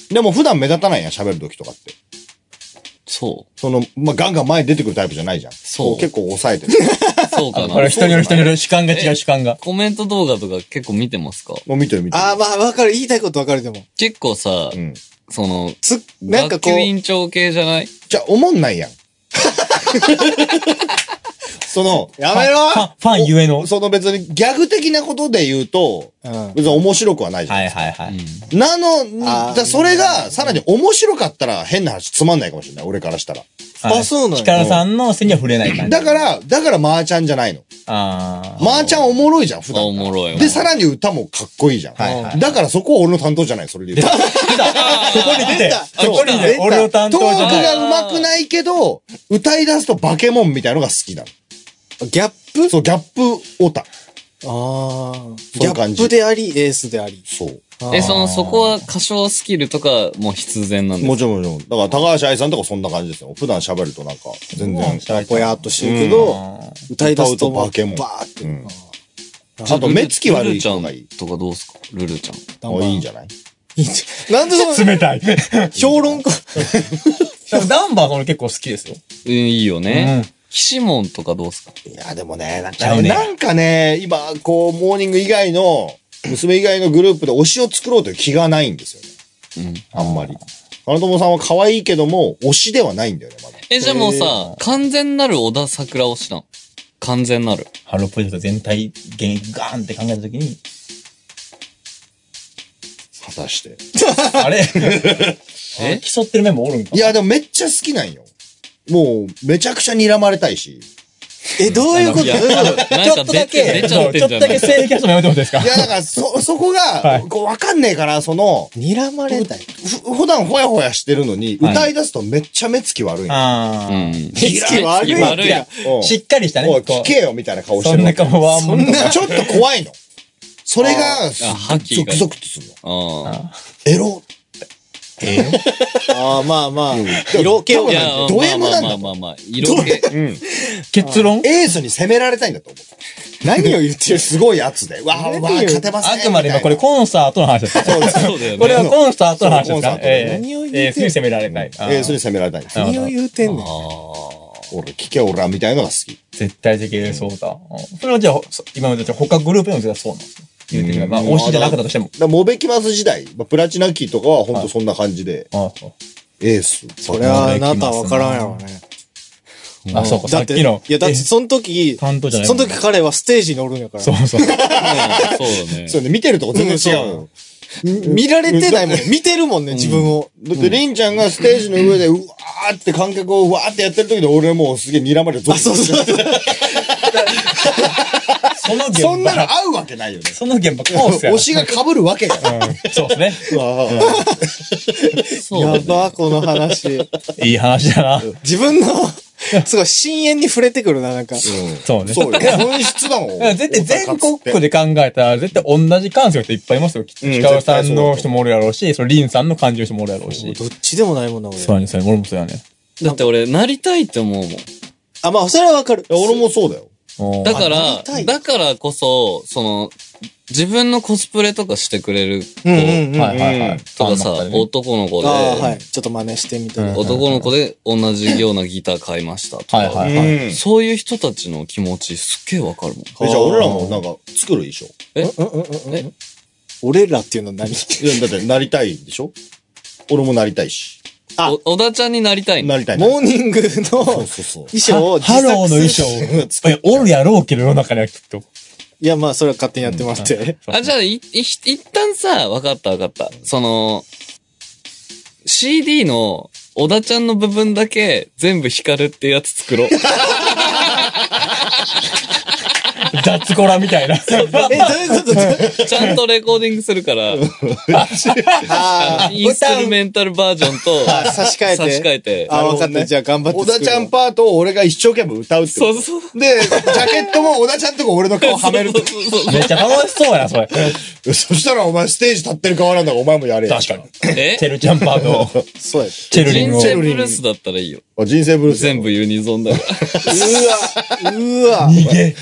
Speaker 4: でも普段目立たないやん、喋る時とかって。
Speaker 3: そう。
Speaker 4: その、まあ、ガンガン前に出てくるタイプじゃないじゃん。
Speaker 3: そう
Speaker 4: こ結構抑えてる。
Speaker 3: そうか
Speaker 1: あ
Speaker 3: な
Speaker 1: こ。れ人による人による主観が違う
Speaker 3: え
Speaker 1: 主観が。
Speaker 3: コメント動画とか結構見てますか
Speaker 4: もう見てる見てる。
Speaker 2: ああ、まあ、わかる。言いたいことわかる、でも。
Speaker 3: 結構さ、
Speaker 4: うん。
Speaker 3: その、
Speaker 2: つ、なんか
Speaker 3: 学
Speaker 2: こ
Speaker 3: 級委
Speaker 2: う、
Speaker 3: 員長系じゃない
Speaker 4: じゃあ、おもんないやん。 その、
Speaker 2: やめろ
Speaker 1: ファン、ファンゆえの。はい
Speaker 4: その別にギャグ的なことで言うと、
Speaker 2: うん。
Speaker 4: 別に面白くはないじゃん。
Speaker 1: はいはい。
Speaker 4: なのに、
Speaker 2: あー
Speaker 4: だそれが、さらに面白かったら変な話つまんないかもしれない、俺からしたら。
Speaker 1: はい
Speaker 2: あそうなんや
Speaker 1: ヒカルさんの背には触れない感じ。
Speaker 4: だか、ら、だからマーちゃんじゃないの。
Speaker 1: ああ。
Speaker 4: マーちゃんおもろいじゃん、普
Speaker 3: あ、
Speaker 4: 段
Speaker 3: お。もろいわ。
Speaker 4: で、さらに歌もかっこいいじゃん。
Speaker 1: はいはい
Speaker 4: だからそこは俺の担当じゃない、それで言うと。
Speaker 1: ここに来て、ここに来て、俺を担当
Speaker 4: ト
Speaker 1: じ
Speaker 4: ー
Speaker 1: ゃ
Speaker 4: ク
Speaker 1: ない。
Speaker 4: が上手くないけど、歌い出すとバケモンみたいのが好きなの。
Speaker 2: ギャップ
Speaker 4: そう、ギャップオタ。
Speaker 2: ああ。
Speaker 4: うい
Speaker 2: ギ
Speaker 4: う
Speaker 2: ャ
Speaker 4: 感
Speaker 2: ッ
Speaker 4: じ
Speaker 2: プであり、エースであり。
Speaker 4: そう。
Speaker 2: あー
Speaker 3: え、その、そこは歌唱スキルとかも必然なんで
Speaker 4: も
Speaker 3: す
Speaker 4: ちろんもちろん。だから高橋愛さんとかそんな感じですよ。普段喋るとなんか、全然。
Speaker 2: ぼやっとしてるけど、歌い出すともう
Speaker 4: 歌うと化け物
Speaker 2: バーって。
Speaker 4: うん
Speaker 3: か
Speaker 4: あと目つき悪い
Speaker 3: ちゃ
Speaker 4: 方
Speaker 3: ん
Speaker 4: がいい。
Speaker 3: とかどうすかルルちゃん。
Speaker 4: もういいんじゃない
Speaker 2: いいんじゃなんで その、
Speaker 1: 冷たい。
Speaker 2: 評論家、
Speaker 1: でもダンバーこれ結構好きですよ。
Speaker 3: うんいいよね
Speaker 1: うん。
Speaker 3: キシモンとかどうすか
Speaker 4: いや、でもね、なん
Speaker 1: ちゃ
Speaker 4: か
Speaker 1: うね
Speaker 4: ね、なんかね、今、こう、モーニング以外の、娘以外のグループで推しを作ろうという気がないんですよね。
Speaker 3: うん。
Speaker 4: あんまり。金友さんは可愛いけども、推しではないんだよね、まだ。
Speaker 3: え、じゃあもうさ、完全なる小田桜推しなの完全なる。
Speaker 1: ハロープロジェクト全体、現役ガーンって考えたときに、
Speaker 4: 果たして。
Speaker 1: あれ
Speaker 3: え
Speaker 1: 競ってるメンバーおるんか
Speaker 4: いや、でもめっちゃ好きなんよ。もう、めちゃくちゃ睨まれたいし。
Speaker 2: え、どういうこと
Speaker 3: い
Speaker 2: ど
Speaker 3: や
Speaker 2: ういうこと
Speaker 3: なんか
Speaker 2: ちょっとだ
Speaker 3: 出て
Speaker 2: け
Speaker 3: 出、ちゃってんじゃ
Speaker 1: ちょっとだ
Speaker 3: な
Speaker 1: け
Speaker 3: い
Speaker 1: 正義キャストもやめてもらっていいですか
Speaker 4: いや、だから、そ、そこ
Speaker 1: は
Speaker 4: が
Speaker 1: い、
Speaker 4: こう、わかんねえから、その、
Speaker 2: 睨まれない。
Speaker 4: ふ普段ほやほやしてるのに、
Speaker 1: はい
Speaker 4: 歌い出すとめっちゃ目つき悪いの。
Speaker 1: あ
Speaker 3: う
Speaker 1: ー
Speaker 3: ん。
Speaker 2: 手つき悪い。
Speaker 3: 悪い
Speaker 2: いや
Speaker 4: うん
Speaker 1: しっかりしたね。
Speaker 4: おい、
Speaker 1: こ
Speaker 4: 聞
Speaker 1: う
Speaker 4: けよ、みたいな顔して
Speaker 1: そ
Speaker 4: る
Speaker 1: ん
Speaker 4: わ
Speaker 1: な
Speaker 4: け。
Speaker 1: 顔はもう、
Speaker 4: ちょっと怖いの。それが、
Speaker 3: あ覇気
Speaker 4: ゾ
Speaker 3: が
Speaker 4: クゾクとするの。
Speaker 3: あ
Speaker 4: エロ。
Speaker 2: あーまあまあ、色気
Speaker 4: 多
Speaker 2: を
Speaker 3: あ。い
Speaker 4: 分
Speaker 2: ね。
Speaker 3: や、
Speaker 4: ド M なんだ
Speaker 3: まあまあまあまあまあ、色気。
Speaker 4: うん。
Speaker 1: 結論
Speaker 4: エースに攻められたいんだと思う。
Speaker 2: 何を言ってる
Speaker 4: すごいやつで。わあ、わあ、勝てます
Speaker 1: あ
Speaker 4: ね。
Speaker 1: くまで今これ
Speaker 4: み
Speaker 1: コンサートの話です。そうです。
Speaker 3: そうだよね。
Speaker 1: これはコンサートの話ですか
Speaker 4: そうコンサート
Speaker 1: ええ
Speaker 2: 何を言うてん
Speaker 1: ええすぐ攻められない。
Speaker 4: たいなえーそれに攻められたい。
Speaker 1: あ
Speaker 2: 何を言うてんねん。
Speaker 4: 俺、聞け俺らみたいのが好き。
Speaker 1: 絶対的にそうだ。うんそれはじゃあ、そ今までじゃあ他グループでも絶対そうなんですよ。言うてみれば、
Speaker 4: うん
Speaker 1: まあ、推しじゃなかったとしても。
Speaker 4: だからモベキマス時代、まあプラチナキーとかは本当そんな感じで、
Speaker 1: ああ、そう。
Speaker 4: エース。
Speaker 2: それはあなたわからんやろね。
Speaker 1: あ、そうか、
Speaker 2: だ
Speaker 1: さ
Speaker 2: っ、
Speaker 1: ってきの。
Speaker 2: いや、だって
Speaker 1: え
Speaker 2: その時、
Speaker 1: 担当じゃない
Speaker 2: その時彼はステージにおるんやから。
Speaker 1: そうそう。
Speaker 3: そうだね。
Speaker 4: そうね、見てるとこ全然違うのよ。
Speaker 2: 見られてないもん。見てるもんね、自分を。
Speaker 4: だって、りんちゃんがステージの上で、うわーって観客をうわーってやってる時で、俺もうすげえ睨まれてゾクゾクしてる、
Speaker 1: その現場。
Speaker 4: そんなの合うわけないよね。
Speaker 1: その現場、コースやな
Speaker 4: 推しが被るわけがない。
Speaker 1: うんそうですね。
Speaker 3: そうだ
Speaker 2: や
Speaker 3: ね。
Speaker 2: ば、この 話。
Speaker 1: いい話だな。
Speaker 2: 自分の、すごい深淵に触れてくるな、なん か。
Speaker 1: そうね。
Speaker 4: そうよ。紛失だもん。
Speaker 1: 絶対全国区で考えたら、絶対同じ感性の人いっぱいいますよ。きっと。
Speaker 4: うん
Speaker 1: ヒカルさんの人もおるやろうし、そのリンさんの感じの人もおるやろうし。
Speaker 2: どっちでもないもんな、俺。
Speaker 1: そうやね、そうやね。俺もそうやね。
Speaker 3: だって俺、なりたいって思うもん。
Speaker 2: あ、まあ、それはわかる。
Speaker 4: 俺もそうだよ。
Speaker 1: うん
Speaker 3: だか
Speaker 2: あな
Speaker 3: ら
Speaker 2: りた、い
Speaker 3: だからこそ、その、自分のコスプレとかしてくれる子
Speaker 2: うんうんうん。
Speaker 1: はいはいはい。
Speaker 3: とかさ、
Speaker 1: ファンの中でね
Speaker 3: 男の子で、
Speaker 2: ああ、はい。ちょっと真似してみた
Speaker 1: う
Speaker 2: ら
Speaker 1: ん。
Speaker 3: 男の子で同じようなギター買いましたとか、
Speaker 1: はいはいはい。
Speaker 4: うん
Speaker 3: そういう人たちの気持ちすっげえわかるもん。
Speaker 4: えじゃあ俺らもなんか作るでしょ
Speaker 2: うんうんうんう
Speaker 3: え
Speaker 2: ん。俺らっていうのは何
Speaker 4: いや、だってなりたいでしょ俺もなりたいし。
Speaker 2: あ
Speaker 3: お小田ちゃんになりたいの
Speaker 4: なりたいな。
Speaker 2: モーニングの
Speaker 4: そう
Speaker 2: 衣
Speaker 4: そうそう。
Speaker 2: 装を
Speaker 1: は
Speaker 2: 自
Speaker 1: ハ
Speaker 2: 作
Speaker 1: ローの衣
Speaker 2: す
Speaker 1: 装
Speaker 2: る。
Speaker 1: を作っおるやろうけど、世の中にはきっ と。
Speaker 2: いや、まあ、それは勝手にやってもら って。
Speaker 3: あ、じゃあ、い、い一旦さ、わかったわかった。その、CD の小田ちゃんの部分だけ全部光るってやつ作ろう。
Speaker 1: 雑コラみたいな。
Speaker 2: え、どういうことどういうこ
Speaker 3: ちゃんとレコーディングするから、
Speaker 2: とあ
Speaker 3: インストゥルメンタルバージョン
Speaker 2: あ、
Speaker 3: と
Speaker 2: 差し替えて。
Speaker 3: 差し替えて。
Speaker 2: あ、わか
Speaker 4: な
Speaker 2: った。
Speaker 4: るほどね
Speaker 2: じゃあ頑張って
Speaker 4: 小
Speaker 2: 作るわ。
Speaker 4: 田ちゃんパートを俺が一生懸命歌うって
Speaker 3: そ
Speaker 4: こと
Speaker 3: うそう。
Speaker 4: で、ジャケットも小田ちゃんとこ俺の顔はめると。
Speaker 3: そうそうそう
Speaker 1: めっちゃ楽しそうやな、それ。
Speaker 4: そしたらお前ステージ立ってる側なんだからお前もやれよ。
Speaker 1: 確かに。
Speaker 3: え
Speaker 1: チェルジャンパーの、
Speaker 2: そうや。
Speaker 1: チェルリ
Speaker 3: ジ
Speaker 1: ン
Speaker 3: ン
Speaker 1: を
Speaker 3: ジ。ェブルースだったらいいよ。
Speaker 4: あ人生ブルース。
Speaker 3: 全部。ユニゾンだか
Speaker 2: う
Speaker 3: ら。
Speaker 2: わ、うわ、
Speaker 1: 逃げ。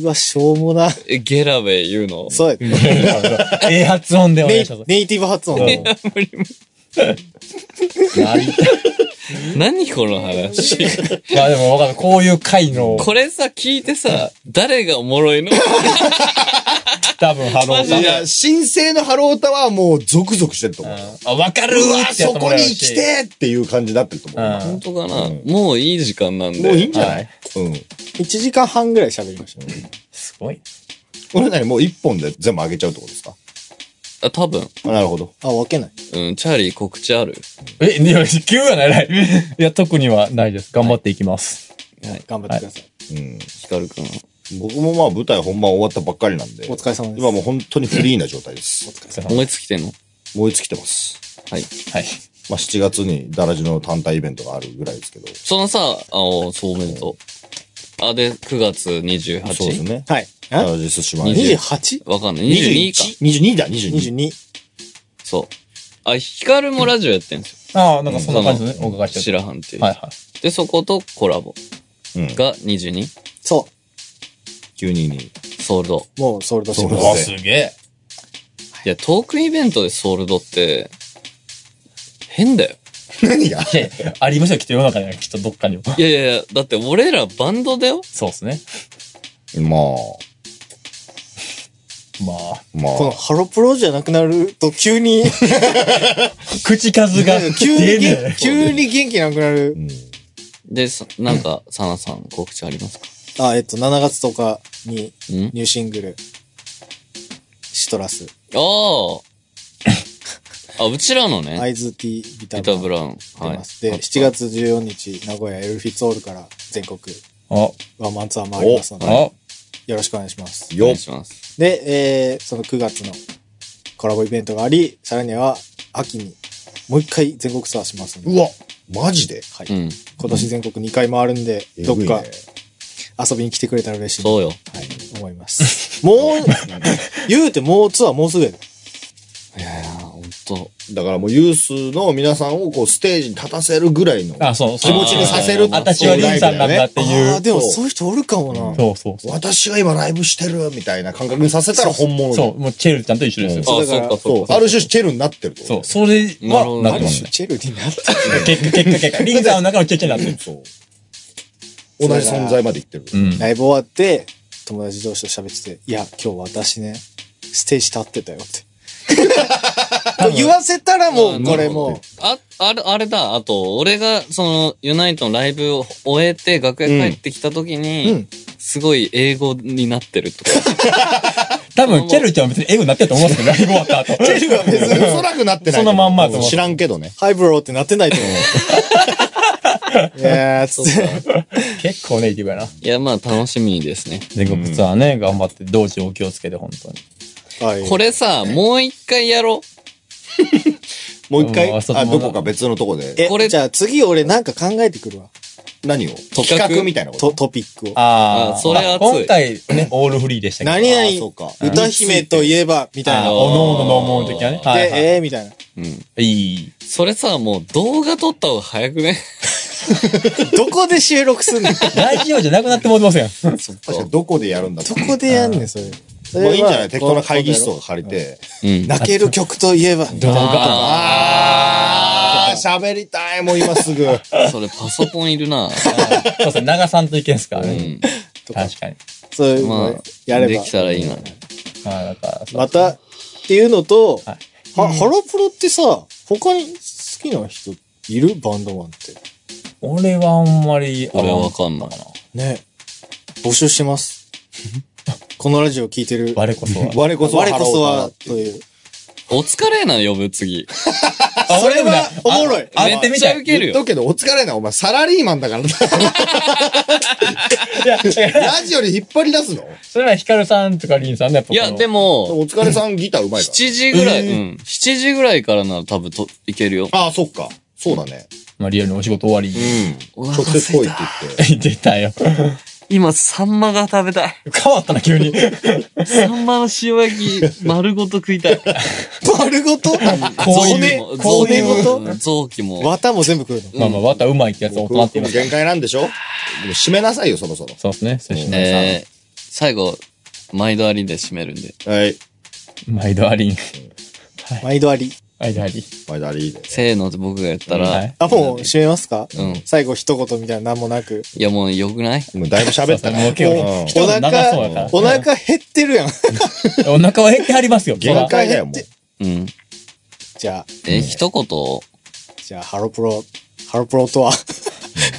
Speaker 2: うわ、しょうもな。
Speaker 3: え、ゲラウェイ言うの。
Speaker 2: そうや。ネ
Speaker 1: ええ発音でお願い
Speaker 2: イ
Speaker 1: します。
Speaker 2: ネイティブ発音。
Speaker 1: なりたい
Speaker 3: 何この話。
Speaker 1: いや、でもわかる。こういう回の、
Speaker 3: これさ、聞いてさ、誰がおもろいの
Speaker 1: 多分ハロ
Speaker 3: マ
Speaker 1: ー
Speaker 3: ジ
Speaker 1: さ
Speaker 3: で
Speaker 1: ん
Speaker 4: い。や、新生のハロータはもうゾクゾクしてると思う。
Speaker 1: あ、わかる
Speaker 4: う
Speaker 1: わ
Speaker 4: わ、そこに来てっていう感じになってると思う。も
Speaker 3: 本当かな、もういい時間なんで。
Speaker 4: ういいんじゃな
Speaker 1: はい
Speaker 4: うん。
Speaker 2: 1時間半ぐらい喋りましたね。
Speaker 1: すごい。
Speaker 4: 俺何もう一本で全部あげちゃうってことですか
Speaker 3: あ、多分。
Speaker 4: あなるほど。
Speaker 2: あ、分けない。
Speaker 3: うん、チャーリー告知ある
Speaker 1: え、いや、急やない ない。いや、特にはないです。頑張っていきます。
Speaker 2: 頑張ってください。
Speaker 4: うん。
Speaker 3: ヒカルくん。
Speaker 4: 僕もまあ舞台本番終わったばっかりなんで
Speaker 2: お。疲れ様です。
Speaker 4: 今もう本当にフリーな状態です。
Speaker 1: は
Speaker 3: 思いつきてんの
Speaker 4: 燃え尽きてます。
Speaker 3: はい。
Speaker 1: い。
Speaker 4: まあ、7月にダラジの単体イベントがあるぐらいですけど。
Speaker 3: そのさ、あ、おそうおめでとう。あ、で、9月
Speaker 4: そうです
Speaker 3: 28?
Speaker 4: ね。
Speaker 2: はい。
Speaker 4: ダ
Speaker 2: あ
Speaker 4: ラジ寿司マン。
Speaker 3: 20
Speaker 2: 28?
Speaker 3: わかんない。22か。
Speaker 4: 22だ、22。
Speaker 2: 22。
Speaker 3: そう。あ、ヒカルもラジオやってんです
Speaker 1: ああ、なんかそ
Speaker 3: よ。
Speaker 1: んな感じですね。お伺いしてる。
Speaker 3: 白藩っていう。
Speaker 1: はいはい。
Speaker 3: で、そことコラボ
Speaker 4: うん。
Speaker 3: が 22?
Speaker 2: そ
Speaker 4: 922。
Speaker 3: ソールド。
Speaker 2: う。もうソールドしてま
Speaker 4: そう
Speaker 2: す。
Speaker 4: わ
Speaker 1: すげえ。
Speaker 3: いや、トークイベントでソールドって、変だよ。
Speaker 4: 何が
Speaker 1: いやいや ありましょう、きっと世の中には、きっとどっかにも。
Speaker 3: いやいやいや、だって俺らバンドだよ。
Speaker 1: そうですね。
Speaker 4: まあ、
Speaker 1: まあ、
Speaker 4: ま
Speaker 2: この
Speaker 4: あ。
Speaker 2: ハロプロじゃなくなると急に、
Speaker 1: 口数が
Speaker 2: 急
Speaker 1: 出
Speaker 2: に
Speaker 1: ね、
Speaker 2: 急に元気なくなる
Speaker 4: う。ん。
Speaker 3: で、さなんか、サナさん告知ありますか
Speaker 2: あ、えっと、7月10日に
Speaker 3: ん
Speaker 2: ニューシングル、シトラス、
Speaker 3: ああ。あ、うちらのね、
Speaker 2: アイズティービタ
Speaker 3: ビタ
Speaker 2: ブ
Speaker 3: ブ
Speaker 2: ラ
Speaker 3: ラウン。
Speaker 2: 出
Speaker 3: はい。
Speaker 2: ます。で、7月14日、名古屋エルフィッツオールから全国
Speaker 1: あ、
Speaker 2: ワンマンツアー回りますので、
Speaker 1: あ、
Speaker 2: よろしくお願いします。
Speaker 3: お
Speaker 4: よ
Speaker 3: 願い
Speaker 4: っ。
Speaker 3: します。
Speaker 2: で、えー、その9月のコラボイベントがあり、さらには秋にもう一回全国ツアーしますので、
Speaker 4: うわ、マジで
Speaker 2: はい。
Speaker 3: うん。
Speaker 2: 今年全国2回回るんで、
Speaker 4: え
Speaker 2: ど
Speaker 4: ぐ
Speaker 2: っ
Speaker 4: いね
Speaker 2: か遊びに来てくれたら嬉しいな
Speaker 3: そうよ。
Speaker 2: はい、思います。もう、言うてもうツアーもうすぐやで。
Speaker 3: いやー、本と。
Speaker 4: だからもうユースの皆さんをこうステージに立たせるぐらいの
Speaker 1: あ、そう、
Speaker 4: 気持ちにさせる
Speaker 1: あたしはリンさんなんだってい
Speaker 2: ああ、
Speaker 1: う。
Speaker 2: でもそういう人おるかもな。
Speaker 1: そうそうそ
Speaker 4: 私が今ライブしてるみたいな感覚にさせたら本物
Speaker 1: う。
Speaker 4: だ
Speaker 1: そう、もうチェルちゃんと一緒ですよ。
Speaker 2: だか
Speaker 3: あ、そ
Speaker 2: ら
Speaker 3: っかそ
Speaker 4: そ
Speaker 3: っ
Speaker 4: う。
Speaker 3: か。
Speaker 4: ある種チェルになってると。
Speaker 1: そう、それ
Speaker 3: なるほ
Speaker 1: は
Speaker 3: ど
Speaker 1: な
Speaker 2: あ
Speaker 1: って
Speaker 2: る
Speaker 1: ます
Speaker 2: 種
Speaker 1: ね。
Speaker 2: チェルになった。
Speaker 1: 結果、結果、結果。リンさんの中のチェルちゃんになってる。
Speaker 4: そう。同じ存在までいってる。
Speaker 1: うん。
Speaker 2: ライブ終わって、友達同士と喋ってて、いや、今日私ね、ステージ立ってたよって。言わせたらも
Speaker 3: あ
Speaker 2: う、
Speaker 3: な
Speaker 2: これ
Speaker 3: る
Speaker 2: も
Speaker 3: あ、あれ、あれだ。あと、俺が、その、ユナイトのライブを終えて、楽屋帰ってきた時に、
Speaker 2: うん
Speaker 3: すごい英語になってるとか。
Speaker 1: 多分、チェルちゃんは別にエグになってると思うんですけど、ライブ 終わった後。
Speaker 4: チェルは 別におそらくなってな
Speaker 1: そ
Speaker 4: いと思う。
Speaker 1: のまんまだと思う
Speaker 4: 知らんけどね。
Speaker 2: う、ハイブローってなってないと思 う。いやー、つって。
Speaker 1: 結構ネイティブやな。
Speaker 3: いや、まあ、楽しみですね。
Speaker 1: 全国ツアーね、頑張って、道中お気をつけて、本当に。
Speaker 2: はい
Speaker 3: これさ、もう一回やろ
Speaker 4: もう一回、
Speaker 1: うんあそう
Speaker 4: あ、どこか別のとこで。
Speaker 2: え、
Speaker 3: これ
Speaker 2: じゃあ次俺なんか考えてくるわ。
Speaker 4: 何を
Speaker 3: 画
Speaker 4: 企画みたいなこと
Speaker 2: トピックを。
Speaker 1: あ
Speaker 3: あ
Speaker 1: あ、
Speaker 3: それ熱い
Speaker 1: 今回ね、オールフリーでしたけど。
Speaker 2: 何
Speaker 4: あーそう
Speaker 2: 々
Speaker 4: か、
Speaker 2: 歌姫といえば、みたい
Speaker 1: あ
Speaker 2: な。
Speaker 1: ー
Speaker 2: で、
Speaker 1: おのおのの思う時はね。はいはい。
Speaker 2: えー、みたいな。
Speaker 3: う。うん。
Speaker 1: いい。
Speaker 3: それさ、もう動画撮った方が早くね。
Speaker 2: どこで収録 すんの
Speaker 1: ラジオじゃなくなってもうてますやん。
Speaker 3: そっか
Speaker 4: 確かにどこでやるんだ
Speaker 2: どこでやんねん、それ。それ
Speaker 4: まあ
Speaker 2: はい
Speaker 4: いんじゃない適当な会議室を借りて。
Speaker 3: うん。
Speaker 2: 泣ける曲といえば、
Speaker 1: 動画。
Speaker 3: あ
Speaker 4: あー、喋りたい、もう今すぐ。
Speaker 3: ーそれパソコンいるな。
Speaker 1: そうですね、長さんといけんすから
Speaker 3: う
Speaker 1: ね。
Speaker 3: ん。
Speaker 1: 確かに。
Speaker 2: そういう
Speaker 3: まあ
Speaker 2: の、やれ
Speaker 3: で
Speaker 2: ば。
Speaker 3: きたらいいな。
Speaker 1: まあ、だからさ
Speaker 2: また、っていうのと、
Speaker 1: はい
Speaker 2: は、ハロプロってさ、他に好きな人いるバンドマンって。
Speaker 1: 俺はあんまり、
Speaker 3: 俺はわかんない
Speaker 1: あれは
Speaker 2: ね。募集してます。このラジオ聞いてる。
Speaker 1: 我こそは。
Speaker 4: 我こそは
Speaker 2: 我
Speaker 4: ハロ
Speaker 2: こ
Speaker 4: ー
Speaker 2: そ
Speaker 4: だな
Speaker 2: は
Speaker 4: っ、て
Speaker 2: という。
Speaker 3: お疲れな、呼ぶ次。
Speaker 1: あ
Speaker 2: それはおもろい
Speaker 1: あやって
Speaker 3: めっ
Speaker 1: み
Speaker 3: ち
Speaker 1: た
Speaker 3: ゃ
Speaker 1: い
Speaker 3: ウ。ケる
Speaker 4: 言っ
Speaker 3: よ。
Speaker 4: とくけど、お疲れな、お前、サラリーマンだからな。
Speaker 1: いや、だから
Speaker 4: ラジオに引っ張り出すの
Speaker 1: それはヒカルさんとかリンさんのやっぱ
Speaker 3: い
Speaker 1: この。
Speaker 3: や、で
Speaker 1: も、
Speaker 3: も、
Speaker 4: お疲れさんギターうまいか
Speaker 3: 7時ぐらい、
Speaker 1: え
Speaker 3: うん。7時ぐらいからなら多分と、いけるよ。
Speaker 4: ら。ああー、そっか。そうだね。
Speaker 1: まあ、リアルのお仕事終わり
Speaker 4: う。ん。
Speaker 3: お
Speaker 4: 直
Speaker 3: 腹
Speaker 4: 接
Speaker 3: すい
Speaker 4: 来いって
Speaker 3: た。
Speaker 4: 言って。
Speaker 1: 出たよ。
Speaker 3: 今、サンマが食べたい。
Speaker 1: 変わったな、急に。
Speaker 3: サンマの塩焼き、丸ごと食いたい。
Speaker 2: 丸ごと
Speaker 1: こういう
Speaker 2: 骨
Speaker 3: 臓器も
Speaker 2: 骨ごと
Speaker 3: うん臓器も。
Speaker 2: 綿も全部食うの。
Speaker 1: まあまあ、わたうまいってやつ大人って言い
Speaker 4: も
Speaker 1: ますから
Speaker 4: 限界なんでしょでも締めなさいよ、そろそろ。
Speaker 1: そうですね、寿司のさん。
Speaker 3: えー、最後、毎度ありで締めるんで。
Speaker 4: はい。
Speaker 1: 毎度ありん。
Speaker 2: 毎度あり。
Speaker 1: 毎度あり。
Speaker 4: 前田リーで。
Speaker 3: せーのって僕がやったら、
Speaker 1: はい
Speaker 2: あ、もう閉めますか
Speaker 3: うん
Speaker 2: 最後一言みたいな何もなく。
Speaker 3: いやもう良くない
Speaker 4: もうだいぶ喋った
Speaker 1: も
Speaker 4: ね
Speaker 1: う。結
Speaker 4: うん
Speaker 1: 構、人
Speaker 2: お
Speaker 1: が長そうや
Speaker 2: 腹、
Speaker 1: か
Speaker 2: お腹減ってるやん。
Speaker 1: ら。お腹は減ってはりますよ。
Speaker 4: 限界だよ、
Speaker 2: お腹減っ
Speaker 4: も
Speaker 2: て
Speaker 4: う。
Speaker 3: うん。
Speaker 2: じゃあ、
Speaker 3: え、一言
Speaker 2: じゃあ、ハロプロ、ハロプロとは、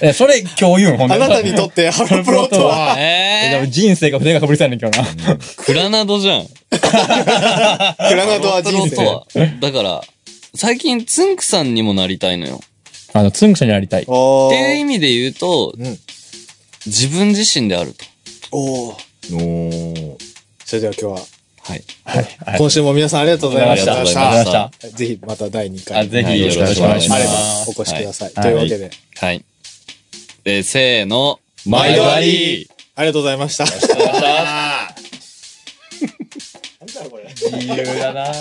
Speaker 1: え、それ今日言うん、ほん
Speaker 2: あなたにと
Speaker 1: っ
Speaker 2: ってハロプロとは、
Speaker 1: は。でも
Speaker 3: え
Speaker 1: 人生が筆がかぶりたいねん、今日な。
Speaker 3: ー、クラナドじゃん。
Speaker 2: グラナドは人
Speaker 3: クラ
Speaker 2: 生。
Speaker 3: ナドとはだから、最近、つんくさんにもなりたいのよ。
Speaker 1: あの、つんくしゃになりたい。
Speaker 2: お
Speaker 3: っていう意
Speaker 2: ー。
Speaker 3: 味で言うと、
Speaker 2: うん
Speaker 3: 自分自身であると。
Speaker 2: おー。
Speaker 4: おー
Speaker 2: それでは今日は、
Speaker 3: はい。
Speaker 1: はい
Speaker 2: 今週も皆さんありがとうございまし
Speaker 3: ありがとうございま
Speaker 2: た
Speaker 3: し。
Speaker 1: ありがとうございま
Speaker 2: ぜひまた第2
Speaker 1: した。あ
Speaker 2: 回、
Speaker 1: ぜ
Speaker 3: はい
Speaker 1: ひよろしくお願いします。
Speaker 4: よろしくお願いし
Speaker 1: あ
Speaker 2: お越しください。
Speaker 1: はい
Speaker 2: というわけで、
Speaker 3: はい。えー、せーの。
Speaker 4: 毎度あ
Speaker 2: りありがとうございました。
Speaker 4: あー
Speaker 1: りがとうございます。自由だな。